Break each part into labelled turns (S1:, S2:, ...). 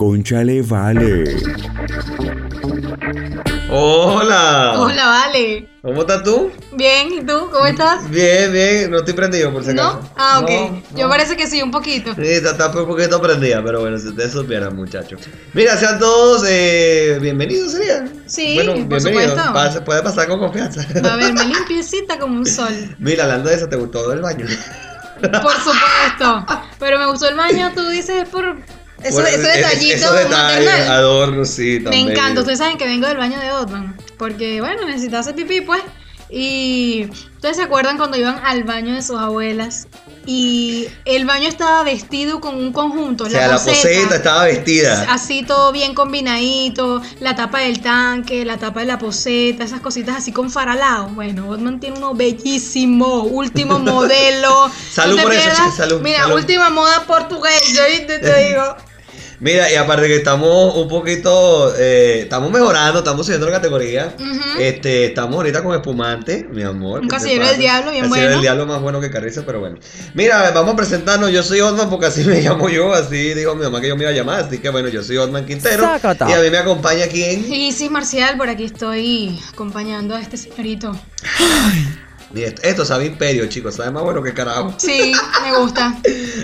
S1: Concha le vale.
S2: Hola.
S3: Hola, vale.
S2: ¿Cómo estás tú?
S3: Bien, ¿y tú? ¿Cómo estás?
S2: Bien, bien. No estoy prendido por si acaso.
S3: ¿No? Ah, ok.
S2: No, no.
S3: Yo parece que sí, un poquito.
S2: Sí, está, está un poquito prendida, pero bueno, si ustedes supieran, muchachos. Mira, sean todos eh, bienvenidos, serían.
S3: Sí,
S2: bueno,
S3: por
S2: bienvenidos.
S3: supuesto.
S2: Pasa- puede pasar con confianza.
S3: A ver, me limpiecita como un sol.
S2: Mira, hablando de eso, ¿te gustó el baño?
S3: Por supuesto. Pero me gustó el baño, tú dices, es por eso,
S2: Bueno,
S3: esos
S2: es- es-
S3: detallitos
S2: e-, Esos detalles,
S3: maternales.
S2: adornos, sí,
S3: Me
S2: también.
S3: encanta, ustedes saben que vengo del baño de Otman, porque bueno, necesitaba hacer pipí pues. Y ustedes se acuerdan cuando iban al baño de sus abuelas y el baño estaba vestido con un conjunto,
S2: O sea, la
S3: poceta,
S2: poseta estaba vestida.
S3: así todo bien combinadito, la tapa del tanque, la tapa de la poseta, esas cositas así con faralao. Bueno, Otman tiene uno bellísimo, último modelo.
S2: Salud
S3: te
S2: por eso,
S3: pierdas-
S2: chicas, salud,
S3: Mira,
S2: salud.
S3: última moda portuguesa, ¿viste? Te digo.
S2: Mira, y aparte que estamos un poquito, eh, estamos mejorando, estamos subiendo la categoría.
S3: Ujú.
S2: Este, estamos ahorita con espumante, mi amor.
S3: Un
S2: ¿qué te
S3: casillero
S2: pasa?
S3: del diablo, bien
S2: Casillero del
S3: bueno.
S2: diablo más bueno que Carrizo, pero bueno. Mira, vamos a presentarnos. Yo soy Otman porque así me llamo yo, así dijo mi mamá que yo me iba a llamar. Así que bueno, yo soy Otman Quintero.
S4: Sácata.
S2: Y a mí me acompaña quien.
S3: Isis Marcial, por aquí estoy acompañando a este señorito.
S2: Y Esto, esto sabe imperio, chicos, sabe más bueno que carajo.
S3: Sí, me gusta.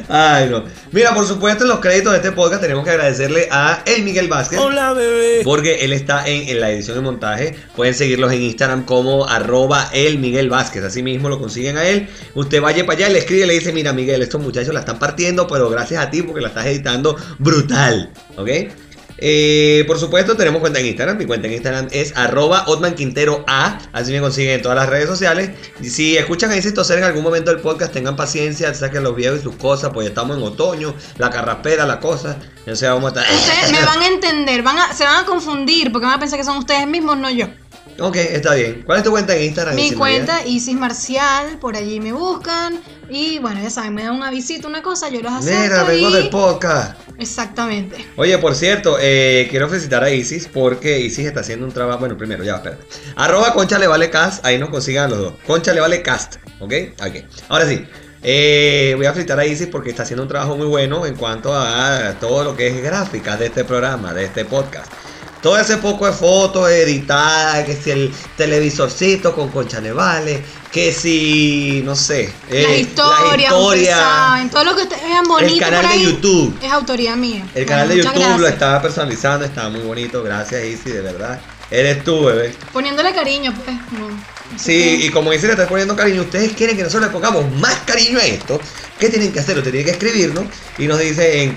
S2: Ay, no. Mira, por supuesto, en los créditos de este podcast tenemos que agradecerle a El Miguel Vázquez.
S1: Hola, bebé.
S2: Porque él está en, en la edición de montaje. Pueden seguirlos en Instagram como arroba el Miguel Vázquez. Así mismo lo consiguen a él. Usted vaya para allá, le escribe y le dice, mira Miguel, estos muchachos la están partiendo, pero gracias a ti porque la estás editando brutal. ¿Ok? Eh, por supuesto, tenemos cuenta en Instagram. Mi cuenta en Instagram es arroba Otman Quintero A. Así me consiguen en todas las redes sociales. Y si escuchan a Isis toser en algún momento del podcast, tengan paciencia, saquen los videos y sus cosas, pues ya estamos en otoño, la carraspera, la cosa. Entonces vamos a estar.
S3: Ustedes me van a entender, van a, se van a confundir porque van a pensar que son ustedes mismos, no yo.
S2: Ok, está bien. ¿Cuál es tu cuenta en Instagram?
S3: Mi
S2: Isis
S3: cuenta
S2: María?
S3: Isis Marcial, por allí me buscan. Y bueno, ya saben, me dan una visita, una cosa, yo los acepto.
S2: Mira, vengo
S3: y-
S2: del podcast.
S3: Exactamente.
S2: Oye, por cierto, eh, quiero felicitar a Isis porque Isis está haciendo un trabajo. Bueno, primero, ya, espérate. Arroba Concha le vale cast, ahí nos consigan los dos. Concha le vale cast, ¿ok? Ok. Ahora sí. eh, voy a felicitar a Isis porque está haciendo un trabajo muy bueno en cuanto a todo lo que es gráficas de este programa, de este podcast. Todo ese poco de fotos editadas, que si el televisorcito con Concha le vale, que si, no sé, eh,
S3: las historias, ustedes
S2: historias,
S3: saben, todo lo que ustedes vean bonito.
S2: el canal
S3: por
S2: de
S3: ahí
S2: YouTube.
S3: Es autoría mía.
S2: El
S3: Bueno,
S2: canal de
S3: muchas
S2: YouTube lo
S3: gracias.
S2: estaba personalizando, estaba muy bonito, gracias Isi, de verdad. Eres tú, bebé.
S3: Poniéndole cariño, pues. como- no sé
S2: Sí,
S3: qué.
S2: y como Isi le está poniendo cariño, ustedes quieren que nosotros le pongamos más cariño a esto. ¿Qué tienen que hacer? Ustedes tienen que escribirnos y nos dice en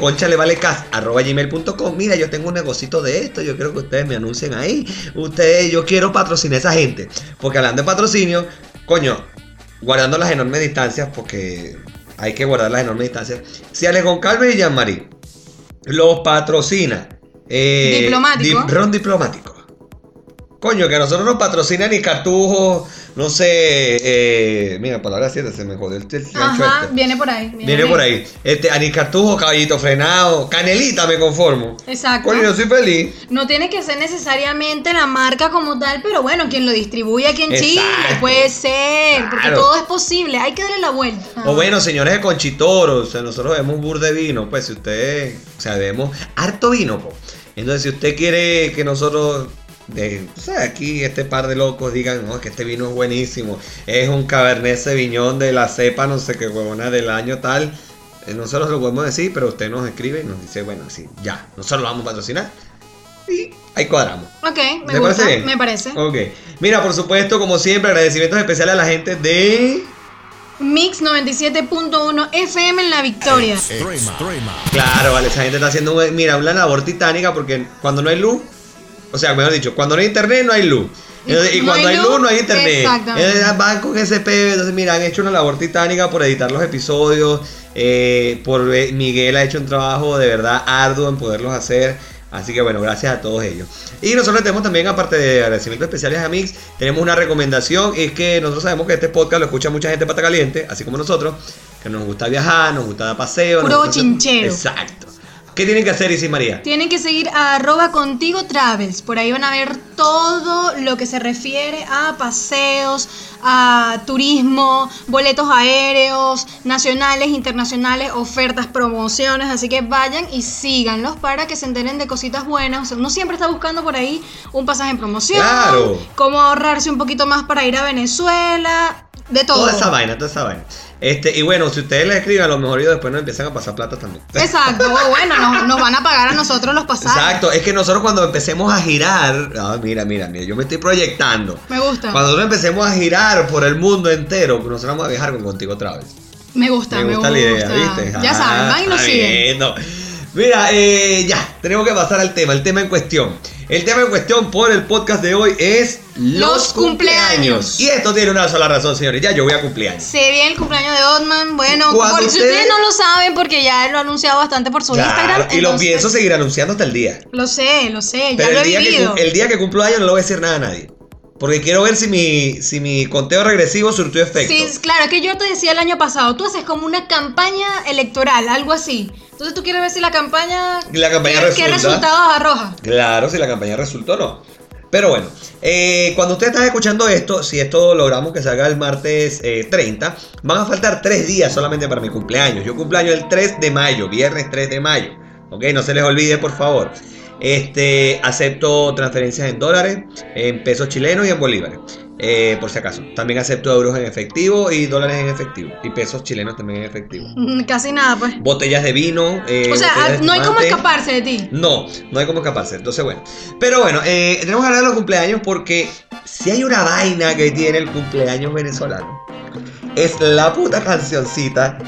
S2: conchalevalecast.com Mira, yo tengo un negocito de esto, yo quiero que ustedes me anuncien ahí. Ustedes, yo quiero patrocinar a esa gente. Porque hablando de patrocinio, coño, guardando las enormes distancias, porque hay que guardar las enormes distancias. Si Alex Goncalves y Jean-Marie los patrocina. eh,
S3: Diplomático.
S2: dip- ron diplomático. Coño, que a nosotros nos patrocina ni cartujos, no sé, eh, mira, palabra cierta, se me jodió el, el gancho
S3: Ajá,
S2: este.
S3: viene por ahí.
S2: Viene por ahí. Este, a ni cartujos, caballito frenado, canelita me conformo.
S3: Exacto.
S2: Coño, yo soy feliz.
S3: No tiene que ser necesariamente la marca como tal, pero bueno, quien lo distribuye aquí en
S2: Exacto.
S3: Chile puede ser, porque
S2: Claro.
S3: todo es posible, hay que darle la vuelta.
S2: O bueno, señores de Conchitoro, o sea, nosotros vemos un bur de vino, pues si usted, o sea, vemos harto vino, po. Entonces, si usted quiere que nosotros, de, o sea, aquí este par de locos digan, no, es que este vino es buenísimo, es un Cabernet Sauvignon de la cepa, no sé qué huevona del año tal, eh, nosotros lo podemos decir, pero usted nos escribe y nos dice, bueno, sí, ya, nosotros lo vamos a patrocinar y ahí cuadramos.
S3: Ok, me
S2: ¿Te
S3: gusta,
S2: parece bien?
S3: me parece.
S2: Ok, mira, por supuesto, como siempre, agradecimientos especiales a la gente de...
S3: Mix 97.1 FM en La Victoria.
S2: Claro, vale, esa gente está haciendo, un- mira, una labor titánica porque cuando no hay luz, o sea, mejor dicho, cuando no hay internet no hay luz. Entonces, y
S3: No
S2: cuando
S3: hay
S2: hay luz,
S3: luz,
S2: no hay internet.
S3: exactamente.
S2: Entonces, van con ese pedo. Entonces, mira, han hecho una labor titánica por editar los episodios. eh, por eh, Miguel ha hecho un trabajo de verdad arduo en poderlos hacer. Así que bueno, gracias a todos ellos. Y nosotros tenemos también, aparte de agradecimientos especiales a Mix, tenemos una recomendación. Y es que nosotros sabemos que este podcast lo escucha mucha gente pata caliente, así como nosotros, que nos gusta viajar, nos gusta dar paseo.
S3: Puro
S2: nos gusta hacer-
S3: bochinchero.
S2: Exacto. ¿Qué tienen que hacer, Isis María?
S3: Tienen que seguir a arroba contigo travels. Por ahí van a ver todo lo que se refiere a paseos, a turismo, boletos aéreos, nacionales, internacionales, ofertas, promociones. Así que vayan y síganlos para que se enteren de cositas buenas. O sea, uno siempre está buscando por ahí un pasaje en promoción.
S2: Claro.
S3: Cómo ahorrarse un poquito más para ir a Venezuela. De todo.
S2: Toda esa vaina, toda esa vaina. Este, y bueno, si ustedes les escriben, a lo mejor ellos después nos empiezan a pasar plata también.
S3: Exacto. O Bueno, nos, nos van a pagar a nosotros los pasajes.
S2: Exacto, es que nosotros cuando empecemos a girar, ah, mira, mira, mira, yo me estoy proyectando.
S3: Me gusta.
S2: Cuando nosotros empecemos a girar por el mundo entero, nosotros vamos a viajar con Contigo Travel.
S3: Me gusta,
S2: Me
S3: me
S2: gusta
S3: gusta.
S2: la idea, ¿viste?
S3: Ya
S2: Ah,
S3: saben, van y nos
S2: está
S3: siguen.
S2: bien, no. Mira, eh, ya, tenemos que pasar al tema, el tema en cuestión. El tema en cuestión por el podcast de hoy es
S3: Los cumpleaños.
S2: Y esto tiene una sola razón, señores. Ya yo voy a cumpleaños.
S3: Se viene el cumpleaños de Otman. Bueno,
S2: Cuando
S3: por- si
S2: ustedes-
S3: ustedes no lo saben, porque ya él lo ha anunciado bastante por su
S2: Claro,
S3: Instagram.
S2: y lo
S3: entonces-
S2: pienso seguir anunciando hasta el día.
S3: Lo sé, lo sé, ya
S2: Pero
S3: lo
S2: el
S3: he
S2: día, que,
S3: vivido.
S2: cum- el día que cumplo años no le voy a decir nada a nadie. Porque quiero ver si mi, si mi conteo regresivo surtió efecto.
S3: Sí, es- claro, es que yo te decía el año pasado, tú haces como una campaña electoral, algo así. Entonces tú quieres ver si la campaña.
S2: La campaña
S3: ¿Qué, qué
S2: resulta.
S3: resultados arroja?
S2: Claro, si la campaña resultó o no. Pero bueno, eh, cuando ustedes están escuchando esto, si esto logramos que salga el martes eh, 30, van a faltar tres días solamente para mi cumpleaños. Yo cumpleaños el 3 de mayo, viernes 3 de mayo. Ok, no se les olvide, por favor. Este, acepto transferencias en dólares, en pesos chilenos y en bolívares. eh, por si acaso. También acepto euros en efectivo y dólares en efectivo. Y pesos chilenos también en efectivo.
S3: Mm, Casi nada, pues.
S2: Botellas de vino. eh,
S3: o sea, ah,
S2: botellas de
S3: no hay como
S2: espumante.
S3: escaparse de ti.
S2: No, no hay como escaparse. Entonces, bueno. Pero bueno, eh, tenemos que hablar de los cumpleaños porque si hay una vaina que tiene el cumpleaños venezolano, es la puta cancioncita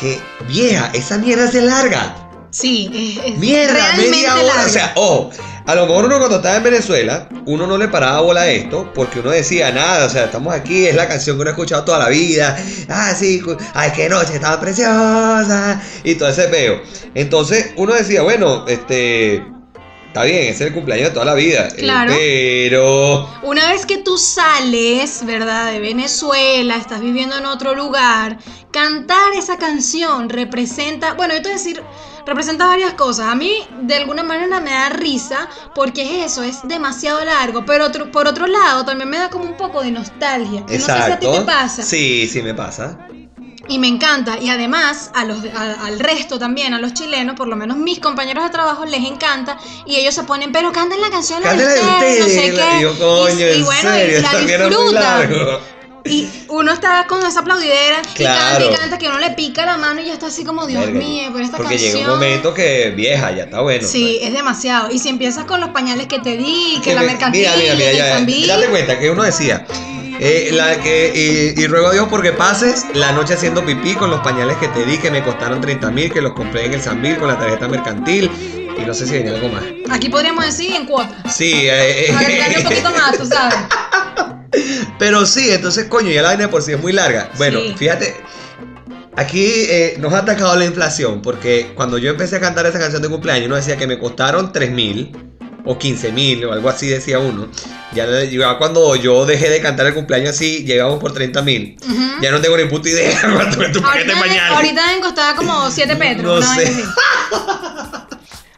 S2: que, vieja, esa mierda se larga.
S3: Sí, es, es
S2: Mierda,
S3: realmente
S2: media hora.
S3: largo.
S2: O sea, ojo, a lo mejor uno cuando estaba en Venezuela, uno no le paraba bola a esto porque uno decía nada. O sea, estamos aquí, es la canción que uno ha escuchado toda la vida. Ah, sí, cu- ay, qué noche estaba preciosa. Y todo ese peo. Entonces, uno decía, bueno, este. Está bien, ese es el cumpleaños de toda la vida. eh,
S3: Claro.
S2: Pero.
S3: Una vez que tú sales, ¿verdad? De Venezuela, estás viviendo en otro lugar, cantar esa canción representa, bueno, yo te voy a decir, representa varias cosas. A mí, de alguna manera, me da risa porque es eso, es demasiado largo, pero otro- por otro lado, también me da como un poco de nostalgia. No sé si a ti
S2: Exacto.
S3: te pasa.
S2: Sí, sí me pasa.
S3: Y me encanta. Y además, a los, a- al resto también, a los chilenos, por lo menos mis compañeros de trabajo, les encanta. Y ellos se ponen, pero canten la canción la de
S2: Cántela de
S3: ustedes, no sé
S2: ustedes.
S3: qué.
S2: Y yo, coño,
S3: y, y
S2: en
S3: bueno,
S2: serio,
S3: y la
S2: esta mierda es muy
S3: disfrutan.
S2: largo.
S3: Y uno está con esa aplaudidera y
S2: Claro.
S3: canta y canta que uno le pica la mano y ya está así como, Dios
S2: Verga,
S3: mío, pero esta
S2: Porque
S3: canción.
S2: llega un momento que vieja, ya está bueno. pues.
S3: Sí, es demasiado. Y si empiezas con los pañales que te di, que la
S2: me-
S3: mercancía,
S2: pues, Mira, mira, mira,
S3: que el
S2: ya,
S3: cambí,
S2: date cuenta que uno decía. eh, la que, y, y ruego a Dios porque pases la noche haciendo pipí con los pañales que te di que me costaron 30 mil, que los compré en el Sambil con la tarjeta mercantil y no sé si venía algo más.
S3: aquí podríamos decir en cuotas.
S2: Sí, eh, eh,
S3: Agregarle un poquito más, tú sabes.
S2: pero sí, entonces coño, ya la vaina de por sí es muy larga. Bueno,
S3: Sí.
S2: fíjate, aquí eh, nos ha atacado la inflación porque cuando yo empecé a cantar esa canción de cumpleaños uno decía que me costaron 3 mil o 15 mil o algo así decía uno. Ya, ya cuando yo dejé de cantar el cumpleaños así, llegamos por 30 mil.
S3: Ujú.
S2: Ya no tengo ni puta idea cuánto es tu paquete
S3: Ahorita,
S2: de pañales.
S3: ahorita deben costar como 7 petros.
S2: No
S3: una vaina
S2: sé.
S3: así.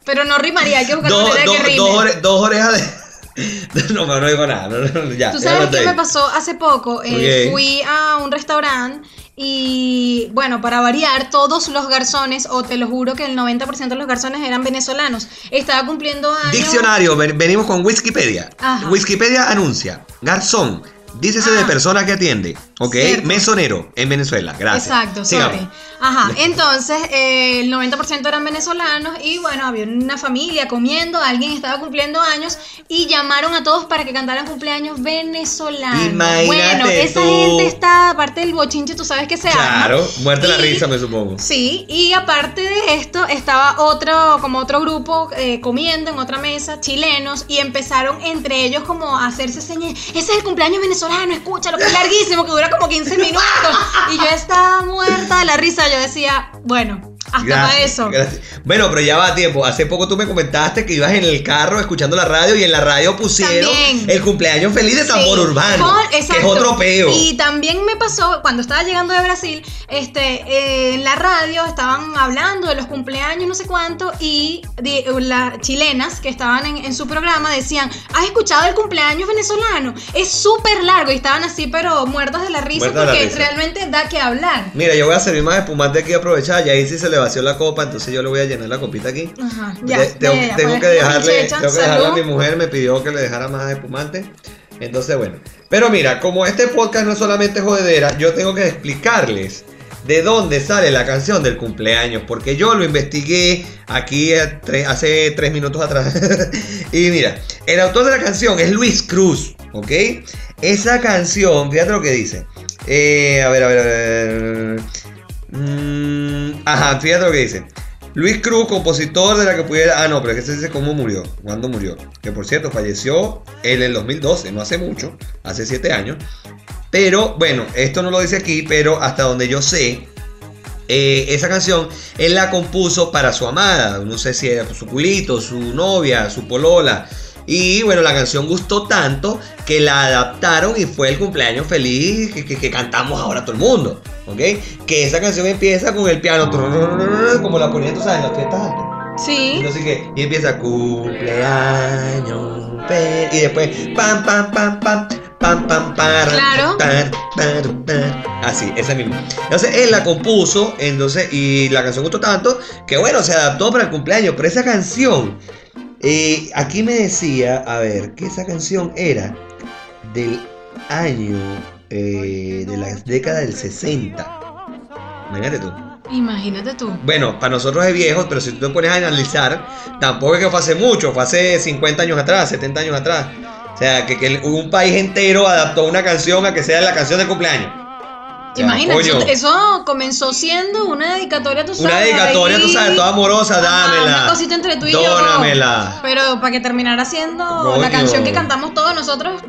S3: Pero no rimaría, hay que buscar una
S2: Dos,
S3: manera de que
S2: dos-
S3: rime.
S2: dos ore- dos orejas de. No, pero no digo nada. no, no, no, ya,
S3: Tú
S2: ya
S3: sabes
S2: lo
S3: qué
S2: tengo.
S3: me pasó hace poco. Eh,
S2: Ok.
S3: Fui a un restaurante y, bueno, para variar, todos los garzones, o te lo juro que el 90% de los garzones eran venezolanos. Estaba cumpliendo años.
S2: Diccionario, ven- venimos con Wikipedia.
S3: Ah, Ajá.
S2: Wikipedia anuncia: Garzón, dícese de
S3: Ah.
S2: persona que atiende. Ok,
S3: Cierto.
S2: mesonero en Venezuela. Gracias.
S3: Exacto,
S2: Sigamos.
S3: sorry. Ajá, entonces eh, el 90% eran venezolanos y bueno, había una familia comiendo, alguien estaba cumpliendo años y llamaron a todos para que cantaran cumpleaños venezolanos.
S2: Imagínate
S3: bueno, esa
S2: tú.
S3: gente está, aparte del bochinche, tú sabes que se arma.
S2: Claro, muerte la
S3: Y-
S2: risa, me supongo.
S3: Sí, y aparte de esto, estaba otro, como otro grupo eh, comiendo en otra mesa, chilenos, y empezaron entre ellos como a hacerse señas. Ese es el cumpleaños venezolano, escúchalo, que es larguísimo, que dura como 15 minutos. Y yo estaba muerta de la risa, yo decía, bueno, Hasta para
S2: Gracias,
S3: eso.
S2: gracias. Bueno, pero ya va a tiempo. Hace poco tú me comentaste que ibas en el carro escuchando la radio y en la radio pusieron
S3: También.
S2: el cumpleaños feliz de Tambor
S3: Sí.
S2: Urbano.
S3: Con-
S2: que es
S3: exacto.
S2: otro peo.
S3: Y también me pasó cuando estaba llegando de Brasil, este, eh, en la radio estaban hablando de los cumpleaños, no sé cuánto, y de- eh, las chilenas que estaban en, en su programa decían, ¿has escuchado el cumpleaños venezolano? Es súper largo y estaban así, pero muertos de la risa
S2: Muertos de la
S3: porque
S2: risa.
S3: realmente da que hablar.
S2: Mira, yo voy a servir más espumante aquí aprovechada. Ya ahí sí se le vació la copa, entonces yo le voy a llenar la copita aquí.
S3: Ajá, ya.
S2: Te-
S3: ya,
S2: tengo,
S3: ya,
S2: tengo
S3: pues,
S2: que dejarle,
S3: muchacha,
S2: tengo que dejarle a
S3: salud.
S2: mi mujer, me pidió que le dejara más espumante. Entonces, bueno. Pero mira, como este podcast no es solamente jodedera, yo tengo que explicarles de dónde sale la canción del cumpleaños. Porque yo lo investigué aquí a tre- hace tres minutos atrás. y mira, el autor de la canción es Luis Cruz, ¿ok? Esa canción, fíjate lo que dice. Eh, a ver, a ver, a ver. Mm, ajá, fíjate lo que dice. Luis Cruz, compositor de la que pudiera. Ah, no, pero es que se dice cómo murió, cuándo murió. Que por cierto, falleció él en el 2012, no hace mucho, hace 7 años. Pero bueno, esto no lo dice aquí, pero hasta donde yo sé, eh, esa canción él la compuso para su amada. No sé si era su culito, su novia, su polola. Y bueno, la canción gustó tanto que la adaptaron y fue el cumpleaños feliz que, que- que cantamos ahora todo el mundo. ¿Ok? Que esa canción empieza con el piano, trrrrrrr, como la ponían, tú sabes, en las fiestas antes. Y
S3: Sí.
S2: no sé qué. Y empieza cumpleaños. fe-". Y después pam pam pam pam. Pam, pam, par,
S3: Claro.
S2: par, par, par. Así, esa misma. Entonces, él la compuso, entonces, y la canción gustó tanto, que bueno, se adaptó para el cumpleaños. Pero esa canción, eh, aquí me decía, a ver, que esa canción era del año, eh, de la década del 60. Imagínate tú.
S3: Imagínate tú.
S2: Bueno, para nosotros es viejo, pero si tú te pones a analizar, tampoco es que fue hace mucho, fue hace 50 años atrás, 70 años atrás. O sea, que, que el- un país entero adaptó una canción a que sea la canción del cumpleaños. O sea,
S3: Imagínate,
S2: coño,
S3: eso, eso comenzó siendo una dedicatoria, tú sabes.
S2: una dedicatoria, tú
S3: ahí.
S2: sabes, toda amorosa,
S3: Ajá,
S2: dámela.
S3: una cosita entre tú y yo.
S2: dónamela.
S3: Pero para que terminara siendo
S2: Coño.
S3: la canción que cantamos todos nosotros,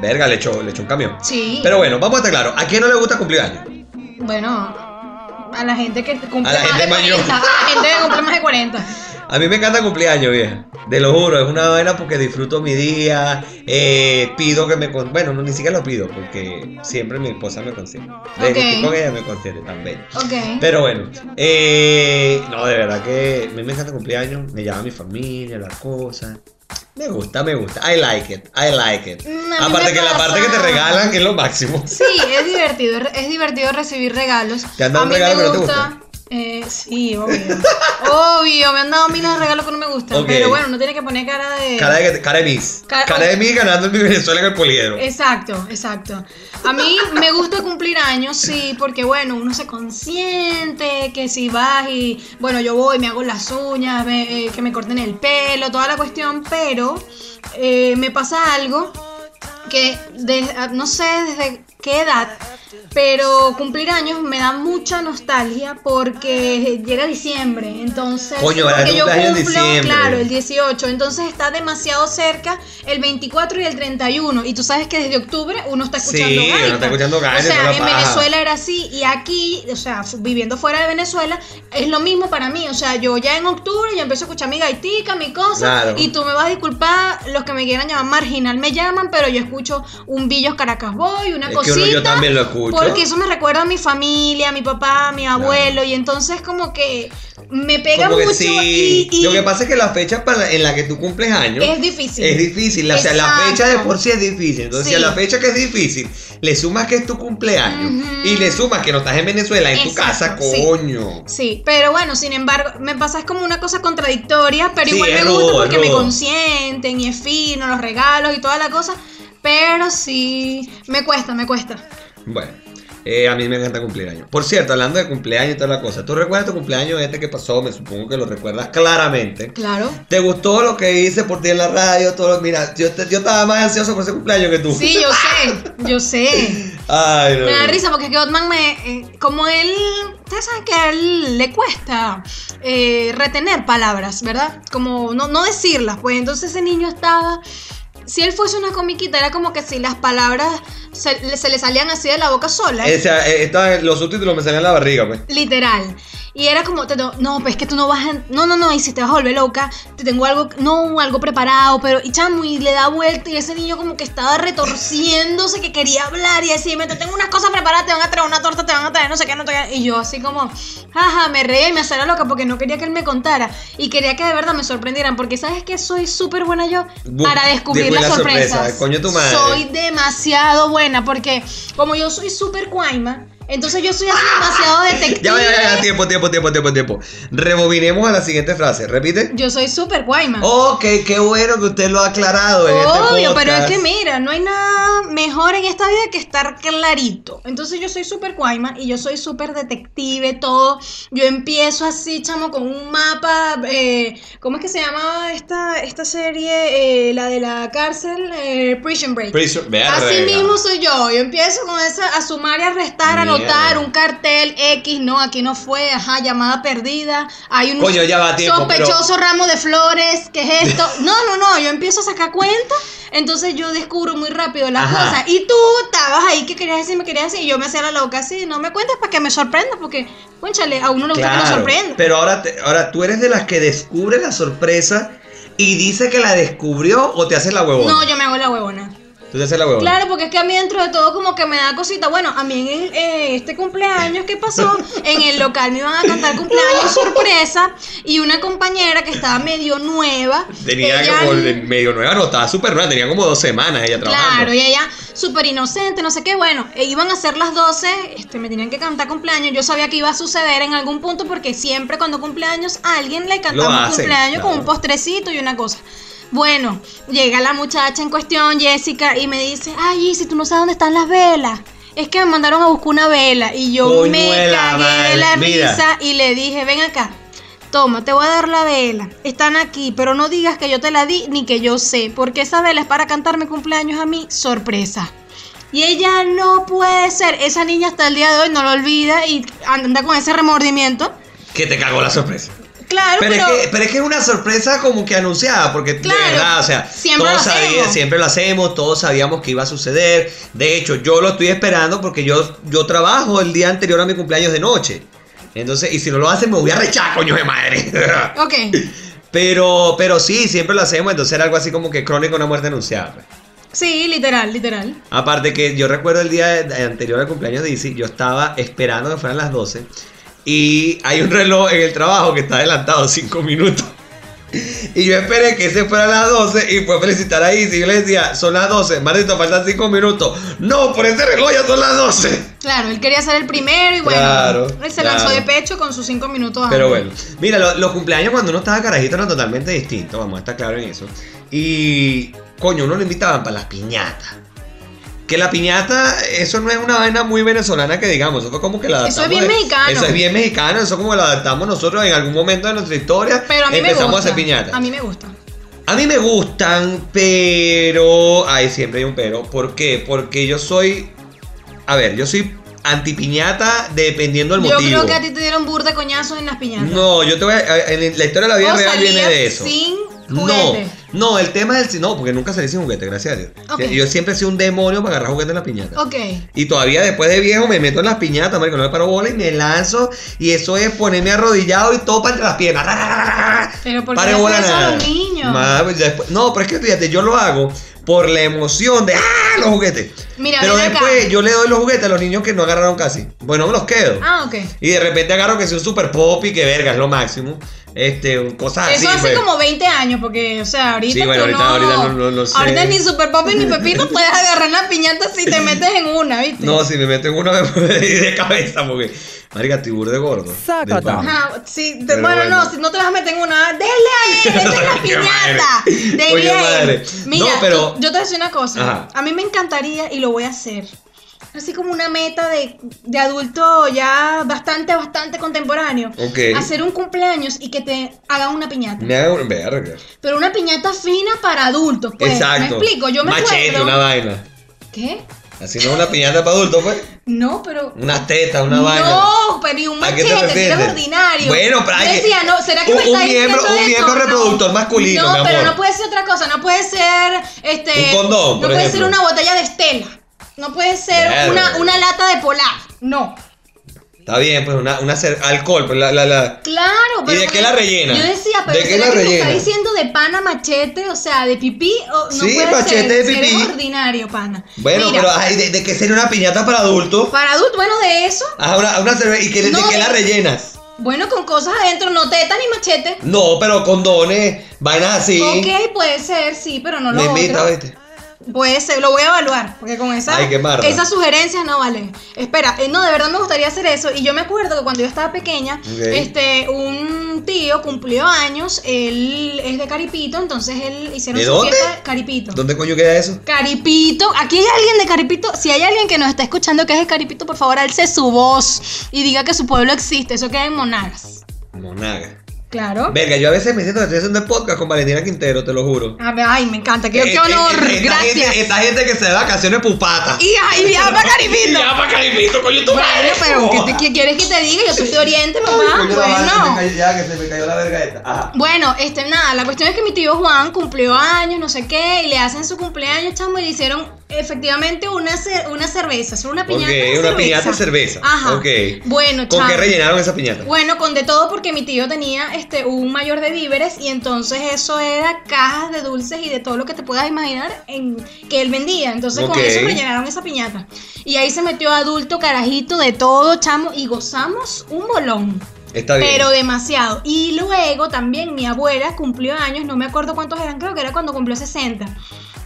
S2: Verga, le echó, le echó un camión.
S3: sí.
S2: Pero bueno, vamos a estar claros, ¿a quién no le gusta cumpleaños?
S3: bueno, a la gente que cumple
S2: A la
S3: más
S2: gente
S3: de
S2: mayor.
S3: 40, a la gente que cumple más de 40.
S2: A mí me encanta el cumpleaños, vieja. Te lo juro, es una vaina porque disfruto mi día. eh, pido que me. con- Bueno, no, ni siquiera lo pido porque siempre mi esposa me consiente. Desde que estoy
S3: Ok.
S2: con ella me consiente también.
S3: Ok.
S2: Pero bueno, eh, no, de verdad que a mí me encanta el cumpleaños. Me llama mi familia, las cosas. Me gusta, me gusta. I like it, I like it.
S3: Mm, a mí
S2: Aparte
S3: me
S2: que la parte que te
S3: pasa.
S2: regalan es lo máximo.
S3: Sí, es divertido, es- es divertido recibir regalos.
S2: ¿Te han dado
S3: a
S2: un
S3: mí
S2: regalo
S3: me
S2: que no te
S3: gusta. eh, sí, obvio. obvio, me han dado miles de regalos que no me gustan.
S2: Ok.
S3: Pero bueno, no tiene que poner cara de.
S2: Cara de, cara de mis.
S3: Cara-
S2: Cara de mis ganando en mi Venezuela en el poliedro.
S3: Exacto, exacto. A mí me gusta cumplir años, sí, porque bueno, uno se consiente que si vas y, bueno, yo voy, me hago las uñas, me- eh, que me corten el pelo, toda la cuestión, pero eh, me pasa algo que de- ah, no sé desde qué edad, pero cumplir años me da mucha nostalgia porque llega diciembre, entonces
S2: Coño, ¿verdad?
S3: porque
S2: Tu
S3: yo
S2: cumpleaños en
S3: cumplo,
S2: diciembre.
S3: claro, el 18, entonces está demasiado cerca el 24 y el 31 y tú sabes que desde octubre uno está
S2: Sí,
S3: escuchando gaita.
S2: uno está escuchando gaita,
S3: O
S2: toda
S3: sea,
S2: la
S3: en
S2: paja.
S3: Venezuela era así y aquí, o sea, fu- viviendo fuera de Venezuela es lo mismo para mí, o sea, yo ya en octubre yo empiezo a escuchar mi gaitica, mi cosa
S2: Claro.
S3: y tú me vas a disculpar, los que me quieran llamar marginal me llaman, pero yo escucho un Billos Caracas Boy, una
S2: es que
S3: cosita.
S2: uno, yo también lo escucho.
S3: Porque eso me recuerda a mi familia, a mi papá, a mi abuelo, y entonces como que me pega
S2: Como que
S3: mucho
S2: sí.
S3: y, y
S2: Lo que pasa es que la fecha para en la que tú cumples años
S3: es difícil.
S2: es difícil. O sea, la
S3: Exacto.
S2: fecha de por sí es difícil. Entonces, si a
S3: Sí.
S2: la fecha que es difícil, le sumas que es tu cumpleaños
S3: Ujú.
S2: y le sumas que no estás en Venezuela, en tu
S3: Exacto,
S2: casa,
S3: sí.
S2: coño.
S3: Sí, pero bueno, sin embargo, me pasa es como una cosa contradictoria, pero
S2: Sí,
S3: igual
S2: es
S3: me
S2: rudo,
S3: gusta
S2: es
S3: porque me
S2: rudo.
S3: consienten y es fino, los regalos y toda la cosa, pero sí, me cuesta, me cuesta.
S2: Bueno, eh, a mí me encanta cumpleaños. Por cierto, hablando de cumpleaños y toda la cosa, ¿tú recuerdas tu cumpleaños este que pasó? Me supongo que lo recuerdas claramente.
S3: Claro.
S2: ¿Te gustó lo que hice por ti en la radio? Todo lo- Mira, yo, te- yo estaba más ansioso por ese cumpleaños que tú.
S3: Sí, yo sé, yo sé.
S2: Ay, no.
S3: Me da risa porque es que Otman me. eh, como él. Ustedes saben que a él le cuesta eh, retener palabras, ¿verdad? Como no, no decirlas. Pues entonces ese niño estaba. Si él fuese una comiquita, era como que si las palabras se, le- se le salían así de la boca sola.
S2: O sea, eh, estaba- los subtítulos me salían en la barriga, pues.
S3: Literal. Y era como, te to- no, pues es que tú no vas a, no, no, no, y si te vas a volver loca, te tengo algo, no, algo preparado, pero, y chamo, y le da vuelta, y ese niño como que estaba retorciéndose, que quería hablar, y decirme, te tengo unas cosas preparadas, te van a traer una torta, te van a traer no sé qué, no sé qué, y yo así como, jaja, me reía y me hacía la loca porque no quería que él me contara, y quería que de verdad me sorprendieran, porque sabes que soy súper buena yo
S2: Bu-
S3: para descubrir
S2: descubrir
S3: las
S2: la sorpresa,
S3: sorpresas.
S2: coño tu madre.
S3: Soy demasiado buena, porque como yo soy súper cuaima, entonces yo soy así demasiado detective.
S2: Ya, ya, ya, ya, tiempo, tiempo, tiempo, tiempo, tiempo. Rebobinemos a la siguiente frase, repite.
S3: Yo soy súper guayma.
S2: Ok, qué bueno que usted lo ha aclarado en este
S3: Obvio, pero es
S2: podcast.
S3: que mira, no hay nada mejor en esta vida que estar clarito. Entonces yo soy súper guayma y yo soy súper detective, todo. Yo empiezo así, chamo, con un mapa. eh, ¿Cómo es que se llama esta, esta serie? Eh, la de la cárcel, eh, Prison Break.
S2: Prison- verga.
S3: Así mismo soy yo. Yo empiezo con esa, a sumar y a restar, a anotar
S2: Mierda.
S3: un cartel X, no, aquí no fue, ajá, llamada perdida. Hay un
S2: Coño, ya va, tiempo,
S3: sospechoso ramo de flores, ¿qué es esto? No, no, no, yo empiezo a sacar cuenta. Entonces yo descubro muy rápido las
S2: Ajá.
S3: cosas. Y tú estabas ahí que querías decir, me querías decir, y yo me hacía la loca así. No me cuentas para que me sorprenda, porque, conchale, a uno le gusta que lo
S2: Claro,
S3: sorprenda.
S2: pero ahora, te- ahora tú eres de las que descubre la sorpresa y dice que la descubrió o te haces la huevona.
S3: No, yo me hago la huevona.
S2: Tú te haces la huevona.
S3: Claro, porque es que a mí dentro de todo como que me da cosita. Bueno, a mí en eh, este cumpleaños que pasó, en el local me iban a cantar cumpleaños sorpresa y una compañera que estaba medio nueva.
S2: Tenía
S3: ella-
S2: como de medio nueva, no, estaba súper nueva, tenía como dos semanas ella trabajando.
S3: Claro, y ella súper inocente, no sé qué. Bueno, e iban a ser las 12, este, me tenían que cantar cumpleaños. Yo sabía que iba a suceder en algún punto porque siempre cuando cumpleaños a alguien le cantamos
S2: hacen,
S3: cumpleaños con un
S2: claro.
S3: postrecito y una cosa. Bueno, llega la muchacha en cuestión, Jessica, y me dice, ay, si tú no sabes dónde están las velas. Es que me mandaron a buscar una vela y yo me
S2: Coñuela,
S3: cagué
S2: madre,
S3: de la
S2: mira.
S3: risa y le dije, ven acá, Toma, te voy a dar la vela. Están aquí, pero no digas que yo te la di ni que yo sé, porque esa vela es para cantarme cumpleaños a mí, sorpresa. Y ella no puede ser. Esa niña hasta el día de hoy no lo olvida y anda con ese remordimiento.
S2: Que te cagó la sorpresa.
S3: Claro,
S2: Pero,
S3: pero.
S2: es que, pero es que es una sorpresa como que anunciada, porque de
S3: Claro,
S2: verdad, o sea,
S3: siempre
S2: todos
S3: lo hacemos.
S2: sabíamos, siempre lo hacemos, todos sabíamos que iba a suceder. De hecho, yo lo estoy esperando porque yo, yo trabajo el día anterior a mi cumpleaños de noche. Entonces, y si no lo hacen, me voy a rechar, coño de madre.
S3: Ok.
S2: pero, pero sí, siempre lo hacemos, entonces era algo así como que crónica una muerte anunciada. pues.
S3: Sí, literal, literal.
S2: Aparte que yo recuerdo el día de- anterior al cumpleaños de Izzy, yo estaba esperando que fueran las 12 y hay un reloj en el trabajo que está adelantado 5 minutos. Y yo esperé que se fueran las 12 y fue a felicitar a Izzy. Yo le decía, son las 12, Marito, faltan 5 minutos. No, por ese reloj ya son las 12.
S3: Claro, él quería ser el primero y bueno.
S2: Claro,
S3: él se
S2: claro.
S3: lanzó de pecho con sus cinco minutos antes.
S2: Pero bueno, mira, lo- los cumpleaños cuando uno estaba carajito eran totalmente distintos, vamos a estar claros en eso. Y, coño, uno lo invitaban para las piñatas. Que la piñata, eso no es una vaina muy venezolana que digamos, eso fue como que la
S3: Eso es
S2: adaptamos.
S3: bien
S2: de-
S3: mexicano.
S2: Eso es bien mexicano, eso como que lo adaptamos nosotros en algún momento de nuestra historia.
S3: Pero a mí
S2: empezamos
S3: me gusta.
S2: a hacer piñata.
S3: A mí me gusta.
S2: A mí me gustan, pero. Ay, siempre hay un pero. ¿Por qué? Porque yo soy. A ver, yo soy antipiñata dependiendo del
S3: Yo
S2: motivo.
S3: creo que a ti te dieron burda coñazos en las piñatas.
S2: No, yo te voy a, en la historia de la vida
S3: O
S2: real viene
S3: salías
S2: de eso.
S3: Sin
S2: No,
S3: juguete.
S2: no, el tema del no, porque nunca salí sin juguete, gracias a Dios.
S3: Ok.
S2: Yo siempre he sido un demonio para agarrar juguetes en la piñata.
S3: Ok.
S2: Y todavía después de viejo me meto en las piñatas, marico, no me paro bola y me lanzo. Y eso es ponerme arrodillado y todo para entre las piernas. Ra, ra, ra, ra, ra.
S3: Pero ¿por qué
S2: Pare
S3: le
S2: bola
S3: haces eso a
S2: nada.
S3: los niños?
S2: Ma- después- no, pero es que fíjate, yo lo hago por la emoción de ¡ah! los juguetes.
S3: Mira,
S2: pero
S3: ven acá.
S2: después yo le doy los juguetes a los niños que no agarraron casi. Bueno, me los quedo.
S3: Ah, ok.
S2: Y de repente agarro que sea un super pop y que verga, es lo máximo. Este, un- cosas así.
S3: Eso hace
S2: pues.
S3: como 20 años, porque, o sea, ahorita
S2: Sí, bueno,
S3: tú
S2: ahorita-
S3: no...
S2: ahorita no- no- no sé.
S3: Ahorita ni Super Pop ni Pepito puedes agarrar la piñata si te metes en una, ¿viste?
S2: No, si me meto en una me voy de cabeza porque. Marica, tibur de gordo.
S1: Sácata.
S2: Del pan.
S3: Ajá, sí, te-
S2: Pero
S3: bueno,
S2: bueno.
S3: no, si no te vas a meter en una, déle ahí, vete en la
S2: Coño
S3: piñata,
S2: madre.
S3: déle
S2: Coño
S3: ahí.
S2: madre.
S3: Mira,
S2: No, pero-
S3: tú- yo te voy a decir una cosa,
S2: Ajá.
S3: a mí me encantaría y lo voy a hacer, así como una meta de, de adulto ya bastante, bastante contemporáneo,
S2: Ok.
S3: hacer un cumpleaños y que te hagan una piñata.
S2: Me hago un verga.
S3: Pero una piñata fina para adultos, pues.
S2: Exacto.
S3: ¿Me explico? Yo me
S2: Machete,
S3: acuerdo.
S2: una vaina.
S3: ¿Qué?
S2: Así no es una piñata para adultos, pues.
S3: No, pero.
S2: Una teta, una
S3: no,
S2: vaina.
S3: pero y un
S2: ¿A qué te
S3: machete, si eres
S2: refieres?
S3: ordinario.
S2: Bueno, pero hay
S3: Yo
S2: que-
S3: decía, no, ¿será que
S2: un-
S3: me
S2: un
S3: está
S2: miembro-
S3: diciendo
S2: un
S3: esto?
S2: miembro
S3: No.
S2: reproductor masculino,
S3: No,
S2: mi
S3: pero
S2: amor.
S3: no puede ser otra cosa, no puede ser este
S2: Un condón,
S3: no
S2: por
S3: puede ser
S2: ejemplo.
S3: una botella de Estela. No puede ser
S2: Verga.
S3: una, una lata de polar. No.
S2: Está bien, pues una, una cer- alcohol, pues la, la, la.
S3: Claro, pero.
S2: ¿Y de qué la rellena?
S3: Yo decía, pero
S2: ¿De qué
S3: ¿será
S2: la
S3: que me está
S2: rellena?
S3: diciendo de pana machete? O sea, de pipí. O, no
S2: Sí,
S3: puede
S2: machete
S3: ser,
S2: de
S3: si eres
S2: pipí.
S3: ordinario, pana.
S2: Bueno,
S3: Mira,
S2: pero ay, de, de qué sería una piñata para adultos.
S3: Para adultos, bueno, de eso.
S2: Ajá, una, una cerveza. ¿Y qué, de
S3: No,
S2: qué la
S3: de-
S2: rellenas?
S3: Bueno, con cosas adentro, no teta ni machete.
S2: No, pero condones, vainas así.
S3: Ok, puede ser, sí, pero no lo
S2: Me invita,
S3: otro.
S2: viste.
S3: Puede ser, lo voy a evaluar, porque con esa,
S2: Ay, qué marra.
S3: esas sugerencias no valen. Espera, eh, no, de verdad me gustaría hacer eso. Y yo me acuerdo que cuando yo estaba pequeña,
S2: Ok.
S3: este, un tío cumplió años, él es de Caripito, entonces él hicieron
S2: ¿De
S3: su
S2: dónde?
S3: fiesta Caripito.
S2: ¿Dónde coño queda eso?
S3: Caripito, aquí hay alguien de Caripito, si hay alguien que nos está escuchando que es de Caripito, por favor, alce su voz y diga que su pueblo existe, eso queda en Monagas.
S2: Monaga.
S3: Claro.
S2: Verga, yo a veces me siento que estoy haciendo el podcast con Valentina Quintero, te lo juro.
S3: A ver, Ah, Ay, me encanta, qué,
S2: Eh,
S3: qué
S2: eh,
S3: honor,
S2: eh, esta
S3: gracias.
S2: gente- esta gente que se da vacaciones pupata.
S3: Y, ay, y habla Caripito.
S2: Ya para Caripito, coño, tu madre.
S3: Bueno, pero ¿qué, te-
S2: joda.
S3: qué quieres que te diga? Yo soy de Oriente,
S2: Coño,
S3: mamá.
S2: la madre, se me
S3: Bueno.
S2: cayó- Ya que se me cayó la verga esta. Ajá.
S3: Bueno, este, nada, la cuestión es que mi tío Juan cumplió años, no sé qué, y le hacen su cumpleaños, chamo, y le hicieron efectivamente una, cer- una cerveza, solo una piñata de
S2: Ok,
S3: cerveza.
S2: una piñata de cerveza.
S3: Ajá.
S2: Ok.
S3: Bueno,
S2: ¿Con
S3: chamo.
S2: qué rellenaron esa piñata?
S3: Bueno, con de todo porque mi tío tenía este un mayor de víveres y entonces eso era cajas de dulces y de todo lo que te puedas imaginar en, que él vendía. Entonces
S2: Ok.
S3: con eso rellenaron esa piñata. Y ahí se metió adulto, carajito, de todo, chamo, y gozamos un bolón.
S2: Está bien.
S3: Pero demasiado. Y luego también mi abuela cumplió años, no me acuerdo cuántos eran, creo que era cuando cumplió 60.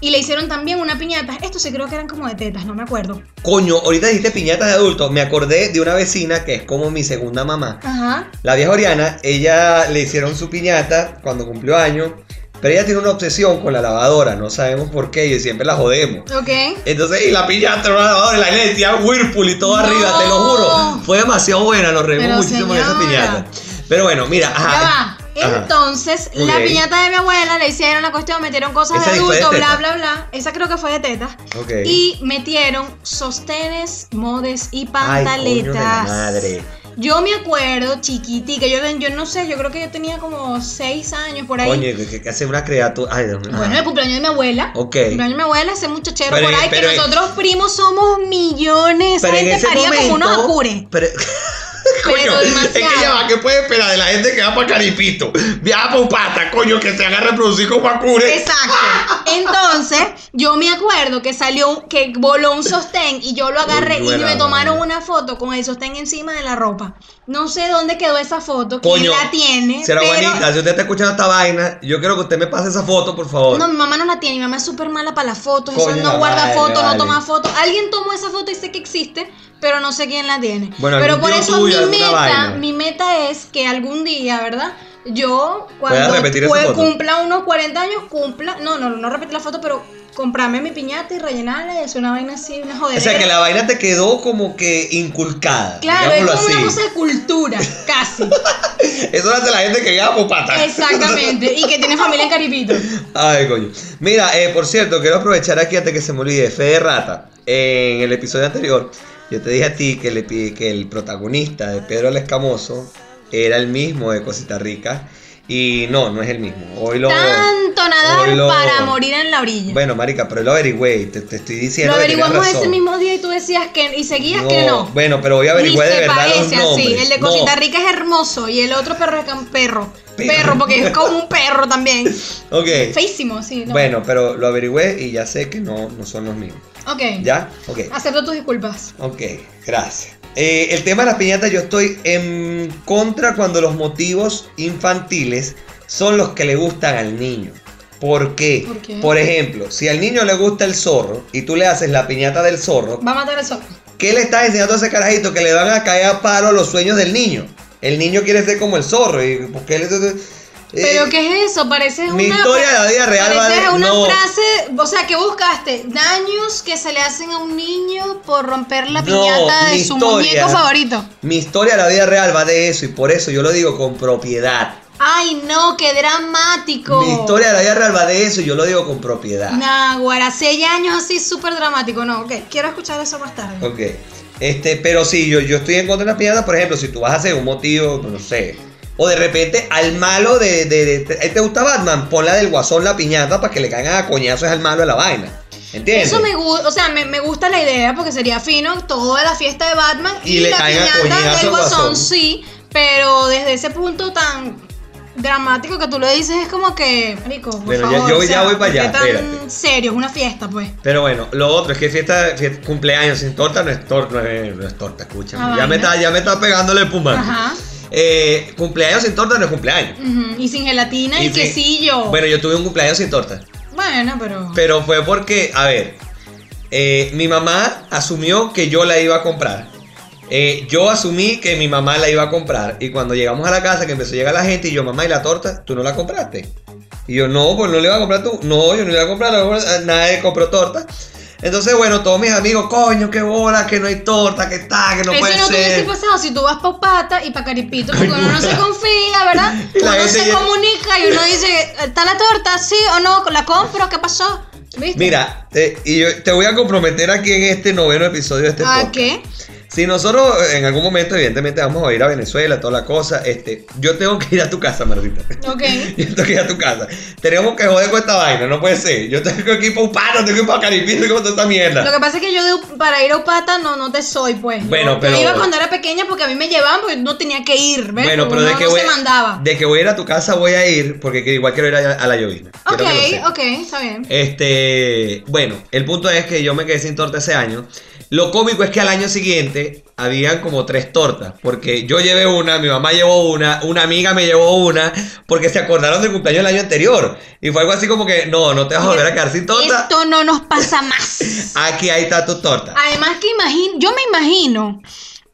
S3: Y le hicieron también una piñata. Estos sí creo que eran como de tetas, no me acuerdo.
S2: Coño, ahorita dijiste piñatas de adultos. Me acordé de una vecina que es como mi segunda mamá.
S3: Ajá.
S2: La vieja Oriana, ella le hicieron su piñata cuando cumplió años. Pero ella tiene una obsesión con la lavadora. No sabemos por qué y siempre la jodemos.
S3: Ok.
S2: Entonces, y la piñata era una lavadora y la gente decía Whirlpool y todo
S3: No.
S2: arriba, te lo juro. Fue demasiado buena, nos reímos
S3: Pero,
S2: muchísimo con esa
S3: señora.
S2: piñata. Pero bueno, mira,
S3: Ya
S2: ajá.
S3: va.
S2: Ajá.
S3: Entonces, la
S2: Ok.
S3: piñata de mi abuela le hicieron la cuestión, metieron cosas
S2: Esa
S3: de
S2: sí fue de
S3: adulto, bla,
S2: tetas.
S3: bla, bla. Esa creo que fue de tetas.
S2: Ok.
S3: Y metieron sostenes, modes y pantaletas.
S2: Ay, coño de la madre.
S3: Yo me acuerdo, chiquitica, yo, yo no sé, yo creo que yo tenía como 6 años por ahí.
S2: Coño, que, que- que hace una criatura. Ay, Dios mío.
S3: Bueno, el cumpleaños de mi abuela.
S2: Ok.
S3: El cumpleaños de mi abuela, ese muchachero
S2: Pero-
S3: por ahí,
S2: pero-
S3: que nosotros primos somos millones. Esa gente paría como unos acures.
S2: Pero, coño,
S3: Pero
S2: es que ya
S3: demasiado.
S2: va, ¿qué puede esperar de la gente que va para Caripito? Viaja para Upata, coño, que se haga reproducir como acures.
S3: Exacto. Entonces, yo me acuerdo que salió, un- que voló un sostén y yo lo agarré
S2: Coño,
S3: y me
S2: era-
S3: tomaron una foto con el sostén encima de la ropa. No sé dónde quedó esa foto, quién
S2: Coño,
S3: la tiene.
S2: Será
S3: pero-
S2: Juanita, si usted está escuchando esta vaina, yo quiero que usted me pase esa foto, por favor.
S3: No, mi mamá no la tiene, mi mamá es súper mala para las fotos, eso
S2: Coño,
S3: no guarda
S2: vale,
S3: fotos,
S2: vale.
S3: no toma fotos. Alguien tomó esa foto y sé que existe, pero no sé quién la tiene.
S2: Bueno,
S3: pero
S2: algún
S3: por
S2: tío
S3: eso
S2: tuyo,
S3: mi
S2: alguna
S3: meta,
S2: vaina.
S3: mi meta es que algún día, ¿verdad? Yo
S2: Pueda
S3: cuando
S2: repetir esa
S3: cue-
S2: foto.
S3: cumpla unos 40 años, cumpla, no, no, no repetir la foto, pero comprarme mi piñata y rellenarla y hacer una vaina así, una
S2: o
S3: jodera.
S2: sea, que la vaina te quedó como que inculcada.
S3: Claro, es
S2: digámoslo
S3: como una
S2: así.
S3: cosa de cultura, casi.
S2: Eso lo hace la gente que viaja por Upata.
S3: Exactamente. Y que tiene familia en Caripito.
S2: Ay, coño. Mira, eh, por cierto, quiero aprovechar aquí antes que se me olvide. Fede Rata, en el episodio anterior, yo te dije a ti que, le, pi- que el protagonista de Pedro el Escamoso era el mismo de Cosita Rica. Y no, no es el mismo. Hoy lo.
S3: Tanto nadar
S2: Hoy lo-
S3: para morir en la orilla.
S2: Bueno, Marica, pero lo averigüé. Te, te estoy diciendo.
S3: Lo
S2: que tenías
S3: averiguamos ese
S2: razón.
S3: mismo día y tú decías que. Y seguías que no.
S2: Bueno, pero voy a averiguar
S3: Ni
S2: de
S3: se
S2: verdad los
S3: parece
S2: nombres.
S3: así. El de
S2: No,
S3: Cosita Rica es hermoso y el otro perro es cam- perro.
S2: Perro.
S3: Perro, porque es como un perro también.
S2: Ok.
S3: Feísimo, sí. ¿no?
S2: Bueno, pero lo averigüé y ya sé que no, no son los mismos.
S3: Ok.
S2: ¿Ya? Ok.
S3: Acepto tus disculpas.
S2: Ok, gracias. Eh, el tema de las piñatas, yo estoy en contra cuando los motivos infantiles son los que le gustan al niño. ¿Por qué?
S3: ¿Por qué?
S2: ejemplo, si al niño le gusta el zorro y tú le haces la piñata del zorro,
S3: Va a matar el sol.
S2: ¿qué le estás enseñando a ese carajito que le van a caer a paro los sueños del niño? El niño quiere ser como el zorro y ¿por qué le... eh,
S3: ¿Pero qué es eso? Parece
S2: mi
S3: una.
S2: historia de la vida real,
S3: parece
S2: vale,
S3: una
S2: no.
S3: frase. O sea, ¿qué buscaste? Daños que se le hacen a un niño por romper la
S2: No,
S3: piñata
S2: mi
S3: de su
S2: historia.
S3: muñeco favorito.
S2: Mi historia de la vida real va de eso y por eso yo lo digo con propiedad.
S3: Ay, no, qué dramático.
S2: Mi historia de la vida real va de eso y yo lo digo con propiedad.
S3: Naguará, seis años así súper dramático. No, ok, quiero escuchar eso más tarde.
S2: Ok. Este, pero sí, yo, yo estoy en contra de las piñatas, por ejemplo, si tú vas a hacer un motivo, no sé. O de repente al malo de. de, de- ¿te- ¿Te gusta Batman? Ponla del guasón la piñata para que le caigan a coñazos al malo de la vaina. ¿Entiendes?
S3: Eso me gusta, o sea, me, me gusta la idea porque sería fino toda la fiesta de Batman
S2: Y
S3: y,
S2: le
S3: la
S2: caiga
S3: piñata
S2: coñazo al
S3: del
S2: guasón.
S3: guasón, sí, pero desde ese punto tan dramático que tú lo dices es como que, rico, por
S2: Bueno, ya-
S3: favor,
S2: yo
S3: o
S2: ya
S3: sea,
S2: voy para
S3: ¿por qué
S2: allá,
S3: tan
S2: espérate.
S3: serio, es una fiesta, pues.
S2: Pero bueno, lo otro es que fiesta, fiesta- cumpleaños sin torta no es torta, no es, no es torta, escúchame.
S3: Ah,
S2: ya, me
S3: vaina.
S2: está, ya me está pegándole el puma.
S3: Ajá.
S2: Eh, cumpleaños sin torta no es cumpleaños.
S3: ujú, Y sin gelatina y,
S2: sin-
S3: quesillo.
S2: Bueno, yo tuve un cumpleaños sin torta.
S3: Bueno, pero.
S2: Pero fue porque, a ver, eh, mi mamá asumió que yo la iba a comprar. Eh, yo asumí que mi mamá la iba a comprar. Y cuando llegamos a la casa, que empezó a llegar la gente, y yo, mamá, ¿y la torta? ¿Tú no la compraste? Y yo, no, pues no le iba a comprar tú. No, yo no le iba a comprar. no le iba a comprar". Nadie compró torta. Entonces, bueno, todos mis amigos, coño, qué bola, que no hay torta, que está, que no
S3: Eso
S2: puede
S3: no tuviese
S2: ser.
S3: pasado si tú vas pa' Upata y pa' Caripito, porque uno no se confía, ¿verdad?
S2: Y la
S3: Uno
S2: gente
S3: se
S2: llega-
S3: comunica y uno dice, ¿está la torta? ¿Sí o no? ¿La compro? ¿Qué pasó? ¿Viste?
S2: Mira, eh, y yo te voy a comprometer aquí en este noveno episodio de este
S3: ¿A
S2: podcast.
S3: Ah, qué?
S2: Si nosotros eh, en algún momento, evidentemente, vamos a ir a Venezuela, toda la cosa, este, yo tengo que ir a tu casa, Martita.
S3: Ok.
S2: Yo tengo que ir a tu casa. Tenemos que joder con esta vaina, no puede ser. Yo tengo que ir para Upano, tengo que ir para Caripito, tengo que ir para toda esta
S3: Lo
S2: mierda.
S3: que pasa es que yo de Up- para ir a Upata no, no te soy, pues. Yo-
S2: Bueno,
S3: yo
S2: pero-
S3: iba cuando era pequeña porque a mí me llevaban porque no tenía que ir, ¿ves?
S2: Bueno, pero
S3: Uno
S2: de que,
S3: no
S2: voy,
S3: se mandaba.
S2: de que voy a ir a tu casa voy a ir, porque que igual quiero ir a, a la llovina. Quiero
S3: Ok,
S2: conocer.
S3: ok, está bien.
S2: Este, bueno, el punto es que yo me quedé sin torta ese año. Lo cómico es que al año siguiente habían como tres tortas, porque yo llevé una, mi mamá llevó una, una amiga me llevó una, porque se acordaron del cumpleaños del año anterior. Y fue algo así como que, no, no te vas a volver a quedar sin torta,
S3: Esto no nos pasa más.
S2: aquí ahí está tu torta.
S3: Además que imagino, yo me imagino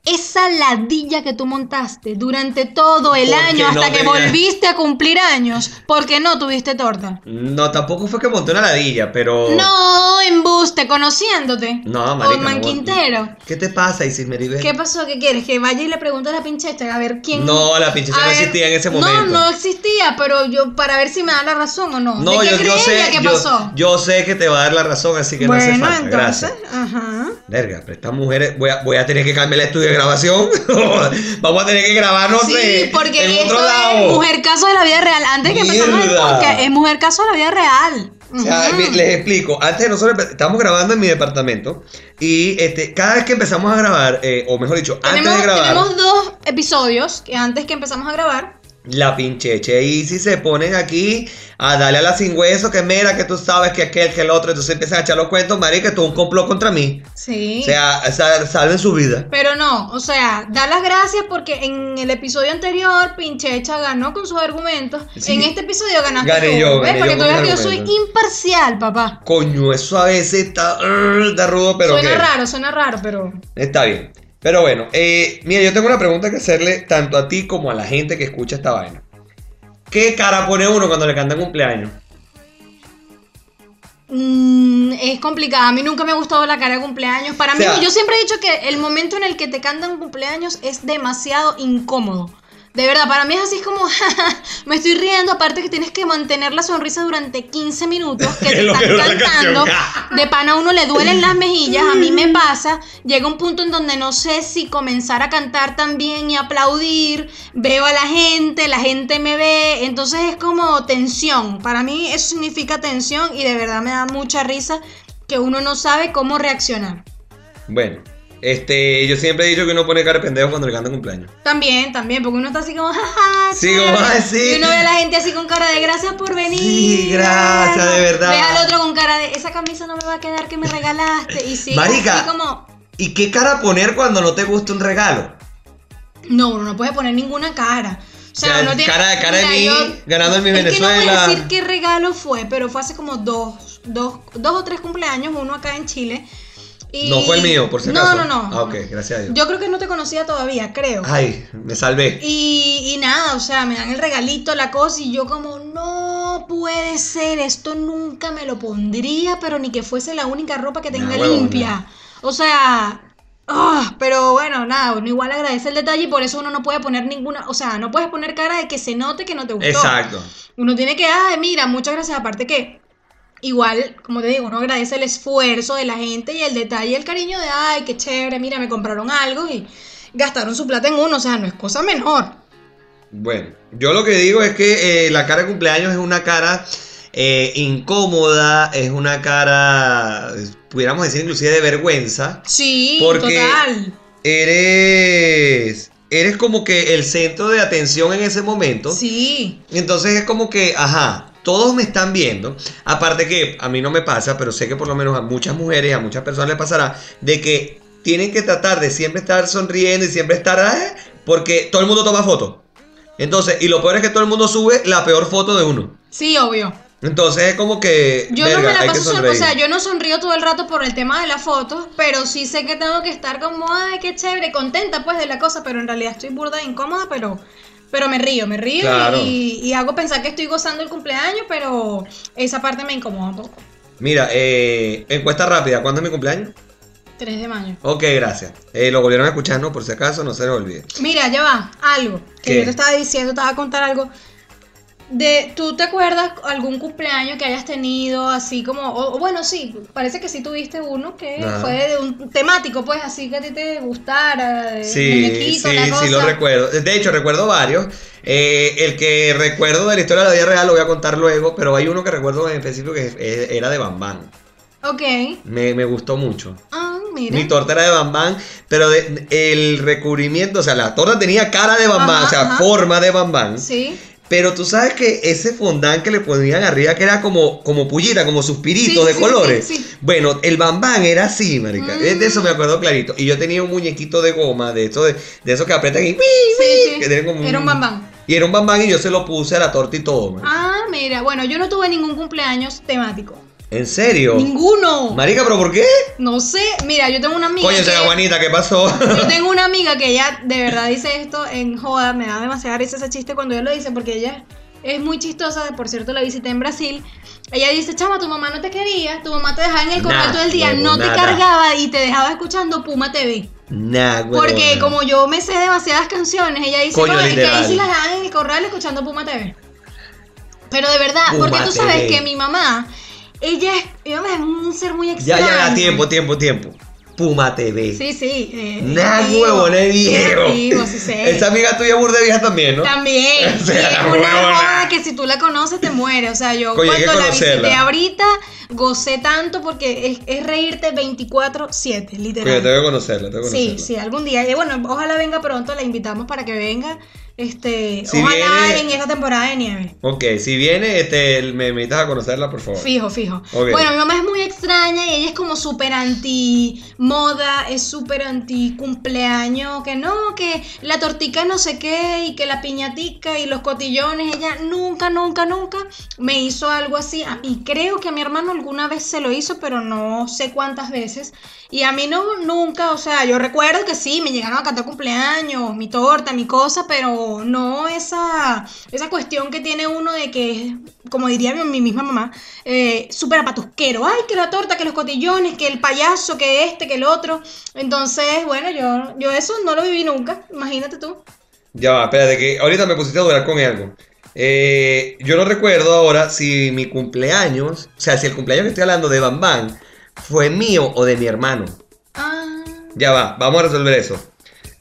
S3: esa ladilla que tú montaste durante todo el
S2: Porque
S3: año
S2: no
S3: hasta que
S2: tenía-
S3: volviste a cumplir años porque no tuviste torta.
S2: No, tampoco fue que monté una ladilla, pero...
S3: No, embuste, conociéndote.
S2: Oh. No, marica,
S3: Osman
S2: no,
S3: Quintero.
S2: ¿Qué te pasa, Isis Meribel?
S3: ¿Qué pasó? ¿Qué quieres? Que vaya y le pregunte a la pincheta a ver quién...
S2: No, la pinche
S3: A
S2: no
S3: ver,
S2: existía en ese momento.
S3: No, no existía, pero yo para ver si me da la razón o no.
S2: No,
S3: ¿De qué
S2: yo, yo
S3: crees
S2: sé,
S3: que
S2: yo-
S3: pasó?
S2: yo sé que te va a dar la razón, así que no hace
S3: bueno,
S2: falta.
S3: entonces,
S2: Gracias.
S3: ajá.
S2: Verga, pero estas mujeres, voy a, voy a tener que cambiar el estudio de grabación. Vamos a tener que grabar, no sé,
S3: Sí, porque
S2: en
S3: esto
S2: otro lado.
S3: es mujer caso de la vida real. Antes que empezamos el
S2: Mierda.
S3: podcast, es mujer caso de la vida real.
S2: O sea,
S3: Ujú.
S2: mi- les explico, antes de nosotros empe- estamos grabando en mi departamento y este, cada vez que empezamos a grabar, eh, o mejor dicho, antes
S3: tenemos,
S2: de grabar,
S3: tenemos dos episodios que antes que empezamos a grabar.
S2: la pincheche y si se ponen aquí a darle a la sin hueso que mira, que tú sabes que aquel, que el otro, entonces empiezan a echar los cuentos, marica, esto es un complot contra mí.
S3: Sí.
S2: O sea, sal- salven su vida.
S3: pero no, o sea, da las gracias porque en el episodio anterior Pinchecha ganó con sus argumentos.
S2: Sí.
S3: En este episodio ganaste
S2: Gané
S3: tú,
S2: yo,
S3: ¿ves?
S2: gané
S3: Porque
S2: yo
S3: tú
S2: con
S3: ves
S2: mis
S3: que yo soy
S2: argumentos.
S3: imparcial, papá.
S2: Coño, eso a veces está, está rudo, pero
S3: suena
S2: ¿qué?
S3: raro, suena raro, pero
S2: Está bien. Pero bueno, eh, mira, yo tengo una pregunta que hacerle tanto a ti como a la gente que escucha esta vaina. ¿Qué cara pone uno cuando le cantan cumpleaños?
S3: Mm, es complicado. A mí nunca me ha gustado la cara de cumpleaños. Para
S2: O sea-
S3: mí, yo siempre he dicho que el momento en el que te cantan cumpleaños es demasiado incómodo. De verdad, para mí es así como, "Ja, ja, me estoy riendo, aparte que tienes que mantener la sonrisa durante 15 minutos que
S2: Es
S3: te
S2: lo que
S3: están
S2: dura la
S3: cantando.
S2: canción.
S3: De pana a uno le duelen las mejillas, a mí me pasa. Llega un punto en donde no sé si comenzar a cantar también y aplaudir. Veo a la gente, la gente me ve. Entonces es como tensión. Para mí eso significa tensión y de verdad me da mucha risa que uno no sabe cómo reaccionar.
S2: Bueno, este, yo siempre he dicho que uno pone cara de pendejo cuando le cantan cumpleaños.
S3: También, también, porque uno está así como, jaja.
S2: Sí, como,
S3: chévere".
S2: "Ah, sí".
S3: Y uno ve a la gente así con cara de gracias por venir.
S2: Sí, gracias, de verdad.
S3: Ve al otro con cara de, esa camisa no me va a quedar que me regalaste. Y sí,
S2: Marica.
S3: así como,
S2: ¿Y qué cara poner cuando no te gusta un regalo?
S3: No, uno no puede poner ninguna cara. O sea,
S2: Ya,
S3: uno tiene,
S2: cara- cara de mí, ganando en mi
S3: es Que no
S2: Venezuela.
S3: voy a decir qué regalo fue, pero fue hace como dos, dos, dos o tres cumpleaños, uno acá en Chile. y-
S2: No fue el mío, por si
S3: no,
S2: acaso.
S3: No, no, no.
S2: Ah, ok, gracias a Dios.
S3: Yo creo que no te conocía todavía, creo.
S2: Ay, me salvé.
S3: Y, y nada, o sea, me dan el regalito, la cosa, y yo como, no puede ser, esto nunca me lo pondría, pero ni que fuese la única ropa que tenga
S2: Nah, huevona.
S3: limpia. O sea, ah, pero bueno, nada, uno igual agradece el detalle y por eso uno no puede poner ninguna, o sea, no puedes poner cara de que se note que no te gustó.
S2: Exacto.
S3: Uno tiene que, ay, mira, muchas gracias, aparte que... Igual, como te digo, uno agradece el esfuerzo de la gente y el detalle y el cariño de, ay, qué chévere, mira, me compraron algo y gastaron su plata en uno, o sea, no es cosa menor.
S2: Bueno, yo lo que digo es que eh, la cara de cumpleaños es una cara eh, incómoda, es una cara, pudiéramos decir inclusive de vergüenza.
S3: Sí,
S2: Porque-
S3: total.
S2: Eres, eres como que el centro de atención en ese momento.
S3: Sí.
S2: Entonces es como que, ajá, todos me están viendo. Aparte que a mí no me pasa, pero sé que por lo menos a muchas mujeres, y a muchas personas les pasará, de que tienen que tratar de siempre estar sonriendo y siempre estar, ah, porque todo el mundo toma fotos. Entonces, y lo peor es que todo el mundo sube la peor foto de uno.
S3: Sí, obvio.
S2: Entonces es como que,
S3: Yo
S2: verga,
S3: no me la
S2: hay que
S3: paso son-
S2: sonreír.
S3: o sea, yo no sonrío todo el rato por el tema de las fotos, pero sí sé que tengo que estar como, ay, qué chévere, contenta pues de la cosa, pero en realidad estoy burda e incómoda, pero, pero me río, me río y-
S2: Claro.
S3: y, y hago pensar que estoy gozando el cumpleaños, pero esa parte me incomoda un poco.
S2: Mira, eh, encuesta rápida, ¿cuándo es mi cumpleaños?
S3: 3 de mayo.
S2: Ok, gracias. Eh, lo volvieron a escuchar, ¿no? Por si acaso, no se les olvide.
S3: Mira, ya va, algo que
S2: ¿Qué?
S3: yo te estaba diciendo, te estaba a contar algo. De, ¿Tú te acuerdas algún cumpleaños que hayas tenido así como, o, o bueno, sí, parece que sí tuviste uno que
S2: Ajá.
S3: fue de un temático, pues así que a ti te gustara, de
S2: Sí,
S3: muñequito,
S2: sí,
S3: la cosa.
S2: sí lo recuerdo. De hecho, recuerdo varios. Eh, el que recuerdo de la historia de la vida real lo voy a contar luego, pero hay uno que recuerdo en específico que eh, era de Bambán.
S3: Ok,
S2: Me, me gustó mucho.
S3: ah,
S2: Mi
S3: mira.
S2: torta era de Bambán, pero de- el recubrimiento, o sea, la torta tenía cara de Bambán,
S3: Ajá,
S2: o sea,
S3: ajá.
S2: forma de Bambán.
S3: Sí,
S2: Pero tú sabes que ese fondant que le ponían arriba, que era como, como pullita, como suspiritos
S3: Sí,
S2: de
S3: sí,
S2: colores.
S3: sí, sí.
S2: Bueno, el bambán era así, marica.
S3: Mm.
S2: De eso me acuerdo clarito. Y yo tenía un muñequito de goma, de esos de, de esos que aprietan y...
S3: sí,
S2: que
S3: sí.
S2: tienen como
S3: Era un bambán.
S2: Y era un bambán y yo se lo puse a la torta y todo, marica.
S3: Ah, mira, bueno, yo no tuve ningún cumpleaños temático.
S2: ¿En serio?
S3: Ninguno.
S2: Marica, ¿pero por qué?
S3: No sé, mira, yo tengo una amiga.
S2: Coño,
S3: que-
S2: señora Juanita, ¿qué pasó?
S3: Yo tengo una amiga que ella de verdad dice esto en joda, me da demasiada risa ese chiste cuando ella lo dice porque ella es muy chistosa, por cierto la visité en Brasil. Ella dice, chama, tu mamá no te quería, tu mamá te dejaba en el corral
S2: Nah,
S3: todo el día,
S2: huevo,
S3: no te
S2: nada.
S3: cargaba y te dejaba escuchando Puma TV.
S2: nah, güey.
S3: Porque como yo me sé demasiadas canciones, ella dice
S2: Coño,
S3: "No, es que ahí
S2: literal.
S3: sí las daban en el corral escuchando Puma TV. Pero de verdad,
S2: Puma
S3: porque tú sabes
S2: TV.
S3: que mi mamá, ella es, mi mamá es un ser muy
S2: Ya,
S3: extraño.
S2: ya, ya, tiempo, tiempo, tiempo. Puma TV.
S3: Sí, sí. Eh,
S2: Nah,
S3: activo,
S2: huevón, es viejo.
S3: activo, sí sé.
S2: Esa amiga tuya burda de vieja también, ¿no?
S3: También.
S2: O sea,
S3: y es
S2: huevona.
S3: una joda que si tú la conoces te muere. O sea, yo
S2: Coño, hay que
S3: cuando la
S2: conocerla.
S3: visité ahorita, gocé tanto porque es, es reírte 24-7,
S2: Coño,
S3: literal.
S2: tengo que conocerla, tengo que
S3: Sí,
S2: conocerla.
S3: sí, algún día. Y bueno, ojalá venga pronto, la invitamos para que venga. Este,
S2: Si
S3: ojalá
S2: viene-
S3: en esta temporada de nieve.
S2: Ok, si viene, este, me invitas a conocerla, por favor.
S3: Fijo, fijo.
S2: Ok.
S3: Bueno, mi mamá es muy extraña y ella es como súper anti moda, es súper anti cumpleaños, que no, que la tortica no sé qué y que la piñatica y los cotillones, ella nunca, nunca, nunca me hizo algo así. A mí creo que a mi hermano alguna vez se lo hizo, pero no sé cuántas veces. Y a mí no, nunca, o sea, yo recuerdo que sí, me llegaron a cantar cumpleaños, mi torta, mi cosa, pero no esa, esa cuestión que tiene uno de que, como diría mi, mi misma mamá, eh, súper apatusquero. Ay, que la torta, que los cotillones, que el payaso, que este, que el otro. Entonces, bueno, yo, yo eso no lo viví nunca, imagínate tú.
S2: Ya va, espérate, que ahorita me pusiste a durar con algo. Eh, yo no recuerdo ahora si mi cumpleaños, o sea, si el cumpleaños que estoy hablando de Bam Bam fue mío o de mi hermano.
S3: Ah,
S2: Ya va, vamos a resolver eso.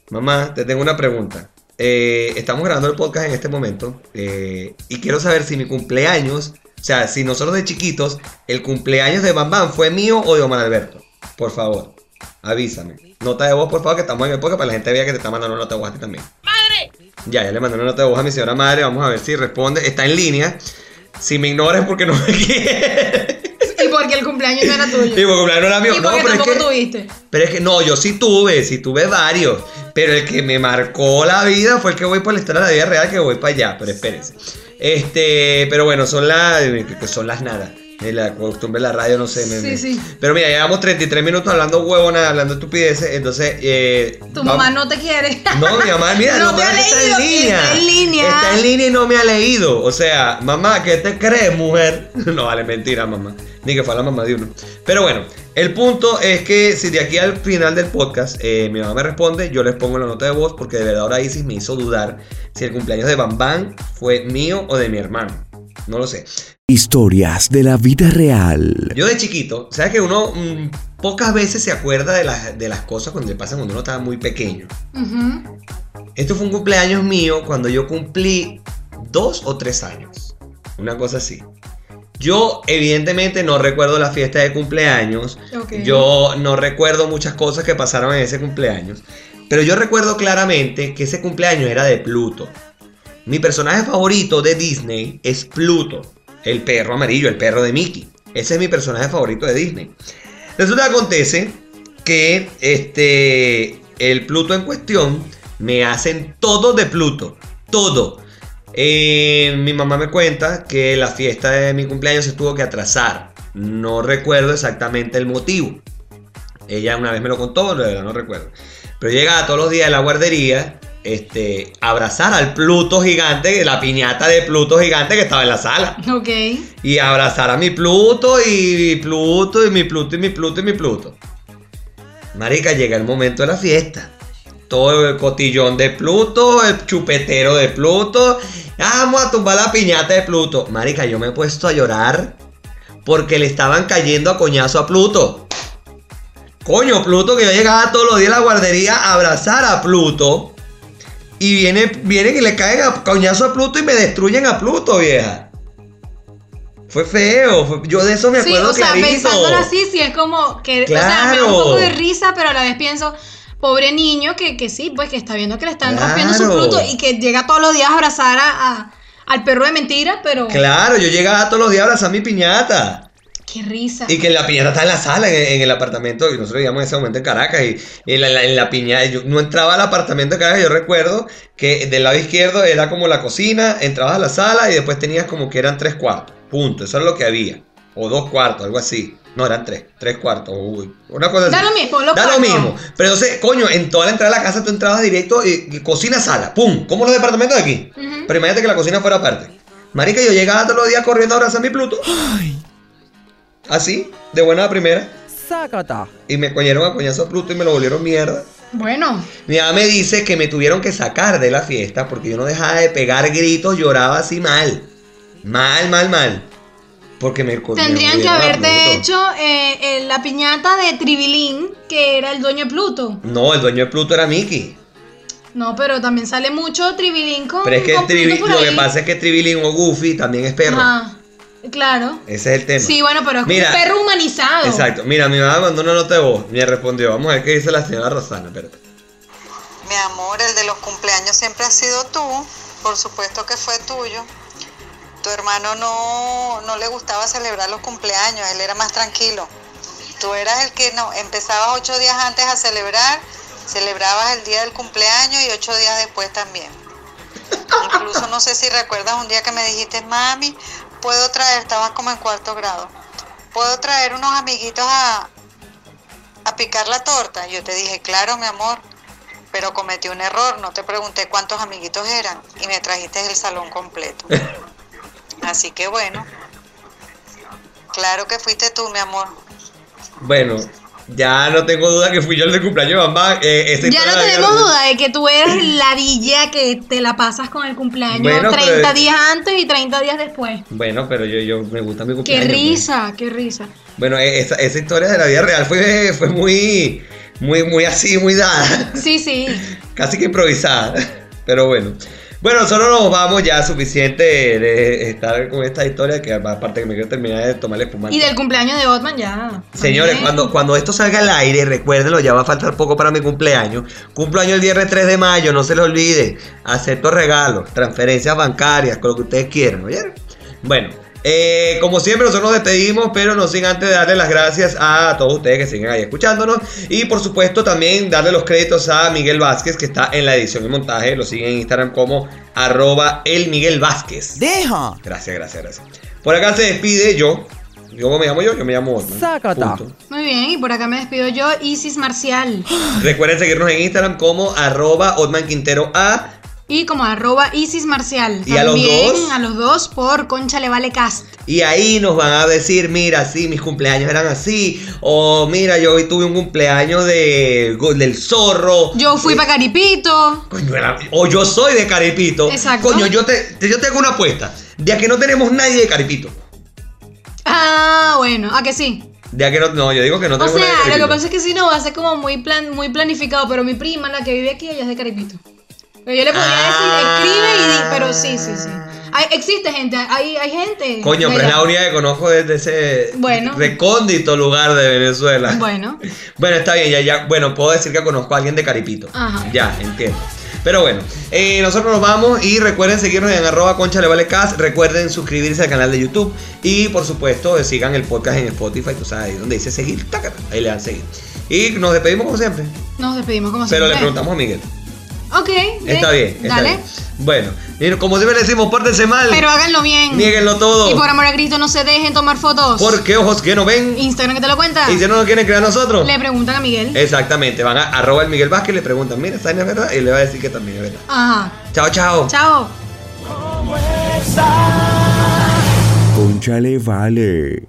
S2: Mamá, te tengo una pregunta. Eh, estamos grabando el podcast en este momento eh, y quiero saber si mi cumpleaños, o sea, si nosotros de chiquitos, el cumpleaños de Bam Bam fue mío o de Omar Alberto. Por favor, avísame. Nota de voz, por favor, que estamos en el podcast para la gente vea que te está mandando una nota de voz a ti también. ¡Madre! Ya, ya le mandé una nota de voz a mi señora madre. Vamos a ver si responde. Está en línea. Si me ignoras es porque no me quieres.
S3: y porque el cumpleaños no era tuyo.
S2: Y porque cumpleaños no era mío.
S3: Y
S2: No,
S3: porque
S2: pero es
S3: tampoco
S2: que-
S3: tuviste.
S2: pero es que no, yo sí tuve, sí tuve varios. Pero el que me marcó la vida fue el que voy por la historia de la vida real, que voy para allá, pero espérense. Este, pero bueno, son las. que son las nada. Eh, La costumbre de la radio, no sé. me-
S3: Sí,
S2: me-
S3: sí.
S2: Pero mira, llevamos 33 minutos hablando huevona, hablando estupideces. Entonces, eh,
S3: Tu
S2: vamos-
S3: mamá no te quiere.
S2: no, mi mamá, mira,
S3: No
S2: mi
S3: te ha
S2: mamá está
S3: leído,
S2: en línea.
S3: está en línea.
S2: Está en línea y no me ha leído. O sea, mamá, ¿qué te crees, mujer? No vale, mentira, mamá. Ni que fue la mamá de uno. Pero bueno, el punto es que si de aquí al final del podcast eh, mi mamá me responde, yo les pongo la nota de voz porque de verdad ahora Isis me hizo dudar si el cumpleaños de Bam Bam fue mío o de mi hermano. No lo sé.
S1: Historias de la vida real.
S2: Yo de chiquito, ¿sabes que uno mm, pocas veces se acuerda de las, de las cosas cuando le pasan cuando uno estaba muy pequeño?
S3: Ujú.
S2: Esto fue un cumpleaños mío cuando yo cumplí dos o tres años. Una cosa así. Yo evidentemente no recuerdo la fiesta de cumpleaños.
S3: Ok.
S2: Yo no recuerdo muchas cosas que pasaron en ese cumpleaños. Pero yo recuerdo claramente que ese cumpleaños era de Pluto. Mi personaje favorito de Disney es Pluto, el perro amarillo, el perro de Mickey. Ese es mi personaje favorito de Disney. Resulta que acontece que este, el Pluto en cuestión me hacen todo de Pluto. Todo. Eh, mi mamá me cuenta que la fiesta de mi cumpleaños se tuvo que atrasar. No recuerdo exactamente el motivo. Ella una vez me lo contó, la verdad no recuerdo. Pero llegaba todos los días a la guardería este, a abrazar al Pluto gigante, la piñata de Pluto gigante que estaba en la sala
S3: Ok.
S2: y abrazar a mi Pluto y Pluto y mi Pluto y mi Pluto y mi Pluto. Marica, llega el momento de la fiesta. Todo el cotillón de Pluto, el chupetero de Pluto. Vamos a tumbar la piñata de Pluto. Marica, yo me he puesto a llorar porque le estaban cayendo a coñazo a Pluto. Coño, Pluto, que yo llegaba todos los días a la guardería a abrazar a Pluto. Y viene, vienen y le caen a coñazo a Pluto y me destruyen a Pluto, vieja. Fue feo. fue- yo de eso me
S3: Sí,
S2: acuerdo
S3: o sea,
S2: clarito.
S3: pensándolo así, sí es como que. O sea, me da un
S2: Claro.
S3: poco de risa, pero a la vez pienso. Pobre niño que, que sí, pues que está viendo que le están rompiendo su
S2: Claro.
S3: fruto y que llega todos los días a abrazar a, a- al perro de mentira, pero
S2: Claro, yo llegaba todos los días a abrazar mi piñata.
S3: qué risa.
S2: Y que la piñata está en la sala, en, en el apartamento, y nosotros vivíamos en ese momento en Caracas, y, y la- la- en la piñata, yo no entraba al apartamento de Caracas, yo recuerdo que del lado izquierdo era como la cocina, entrabas a la sala y después tenías como que eran tres cuartos, punto, eso era lo que había, o dos cuartos, algo así, no, eran tres, tres cuartos, uy, una cosa así.
S3: da lo mismo, lo
S2: pues, Da lo
S3: cuarto.
S2: mismo, pero entonces, coño, en toda la entrada de la casa tú entrabas directo, y, y cocina, sala, pum, como los departamentos de aquí.
S3: Ujú.
S2: Pero imagínate que la cocina fuera aparte. Marica, yo llegaba todos los días corriendo a abrazar mi Pluto. Así, de buena a primera.
S4: Sácata.
S2: Y me coñeron a coñazo a Pluto y me lo volvieron mierda.
S3: Bueno,
S2: Mi mamá me dice que me tuvieron que sacar de la fiesta porque yo no dejaba de pegar gritos, lloraba así mal. Mal, mal, mal. Porque me co- Pues, me
S3: tendrían que
S2: jodieron a
S3: haberte
S2: Pluto.
S3: hecho eh, eh, la piñata de Tribilín, que era el dueño de Pluto.
S2: No, el dueño de Pluto era Mickey.
S3: No, pero también sale mucho Tribilín con.
S2: Pero es que
S3: con Pluto
S2: Trivi-
S3: por
S2: lo que
S3: ahí.
S2: pasa es que Tribilín o Goofy también es perro.
S3: Ajá, Claro.
S2: Ese es el tema.
S3: Sí, bueno, pero es
S2: Mira,
S3: un perro humanizado.
S2: Exacto. Mira, mi mamá mandó una nota de voz. Me respondió. Vamos a ver qué dice la señora Rosana. Espérate.
S5: Mi amor, el de los cumpleaños siempre ha sido tú, por supuesto que fue tuyo. Tu hermano no, no le gustaba celebrar los cumpleaños, él era más tranquilo. Tú eras el que no, empezabas ocho días antes a celebrar, celebrabas el día del cumpleaños y ocho días después también. Incluso no sé si recuerdas un día que me dijiste, mami, puedo traer, estabas como en cuarto grado, puedo traer unos amiguitos a, a picar la torta. Yo te dije, claro, mi amor, pero cometí un error, no te pregunté cuántos amiguitos eran y me trajiste el salón completo. Así que bueno, claro que fuiste tú, mi amor.
S2: Bueno, ya no tengo duda que fui yo el de cumpleaños de mamá. Eh, esa
S3: Ya
S2: historia
S3: no
S2: la-
S3: tenemos duda de que tú eres la villa que te la pasas con el cumpleaños
S2: Bueno, pero-
S3: 30 días antes y 30 días después.
S2: Bueno, pero yo, yo me gusta mi
S3: Qué
S2: cumpleaños.
S3: risa, qué risa.
S2: pues. Bueno, eh, esa, esa historia de la vida real fue, fue muy, muy, muy así, muy dada.
S3: Sí, sí.
S2: Casi que improvisada. Pero bueno. Bueno, solo nos vamos ya suficiente de estar con esta historia que aparte que me quiero terminar de tomar el espumante.
S3: Y del cumpleaños de Otman ya.
S2: Señores,
S3: también.
S2: cuando, cuando esto salga al aire, recuérdenlo, ya va a faltar poco para mi cumpleaños. Cumpleaños el viernes 3 de mayo, no se lo olviden. Acepto regalos, transferencias bancarias, con lo que ustedes quieran, ¿oyeron? Bueno, eh, como siempre, nosotros nos despedimos, pero no sin antes darle las gracias a todos ustedes que siguen ahí escuchándonos. Y por supuesto, también darle los créditos a Miguel Vázquez, que está en la edición y montaje. Lo siguen en Instagram como arroba el Miguel Vázquez.
S4: Deja.
S2: Gracias, gracias, gracias. Por acá se despide yo. ¿Cómo me llamo yo? Yo me llamo Otman.
S4: Sácata.
S2: Punto.
S3: Muy bien, y por acá me despido yo, Isis Marcial.
S2: Recuerden seguirnos en Instagram como arroba Otman Quintero A.
S3: Y como arroba Isis Marcial.
S2: ¿Y a los
S3: También
S2: dos?
S3: a los dos por Concha Le Vale Cast.
S2: Y ahí nos van a decir, mira, sí, mis cumpleaños eran así. O mira, yo hoy tuve un cumpleaños de, del zorro.
S3: Yo fui
S2: Eh,
S3: para Caripito.
S2: Coño, era- o yo soy de Caripito.
S3: Exacto.
S2: Coño, yo te, te- yo tengo una apuesta. De a que no tenemos nadie de Caripito.
S3: Ah, bueno, ¿a que sí?
S2: De a que no, no, yo digo que no
S3: o
S2: tenemos nadie de
S3: sea, lo
S2: Caripito.
S3: que pasa es que si no va a ser como muy plan, muy planificado, pero mi prima, la que vive aquí, ella es de Caripito. Pero yo le podría decir, escribe y di, pero sí, sí, sí. Hay- existe gente, hay, hay gente.
S2: Coño, pero
S3: bella.
S2: es la única que conozco desde ese
S3: Bueno.
S2: recóndito lugar de Venezuela.
S3: Bueno,
S2: Bueno, está bien, ya, ya. Bueno, puedo decir que conozco a alguien de Caripito.
S3: Ajá.
S2: Ya, entiendo. Pero bueno, eh, nosotros nos vamos y recuerden seguirnos en arroba concha le vale cas, recuerden suscribirse al canal de YouTube y por supuesto eh, sigan el podcast en Spotify, tú sabes, ahí donde dice seguir, tácata, ahí le dan seguir. Y nos despedimos como siempre,
S3: nos despedimos como
S2: pero le
S3: siempre.
S2: preguntamos a Miguel.
S3: Ok, de-
S2: Está bien, está
S3: dale.
S2: bien. Bueno, y como siempre le decimos, pórtense mal,
S3: Pero háganlo bien.
S2: nieguenlo todo,
S3: Y por amor a Cristo, no se dejen tomar fotos.
S2: porque ojos que no ven
S3: Instagram que te lo cuenta.
S2: y si no eh. nos quieren creer a nosotros.
S3: Le preguntan a Miguel.
S2: Exactamente, van a arroba el Miguel Vázquez, le preguntan, mira, esta vaina es verdad, y le va a decir que también es verdad.
S3: Ajá.
S2: Chao, chao.
S3: Chao.
S1: Concha le vale.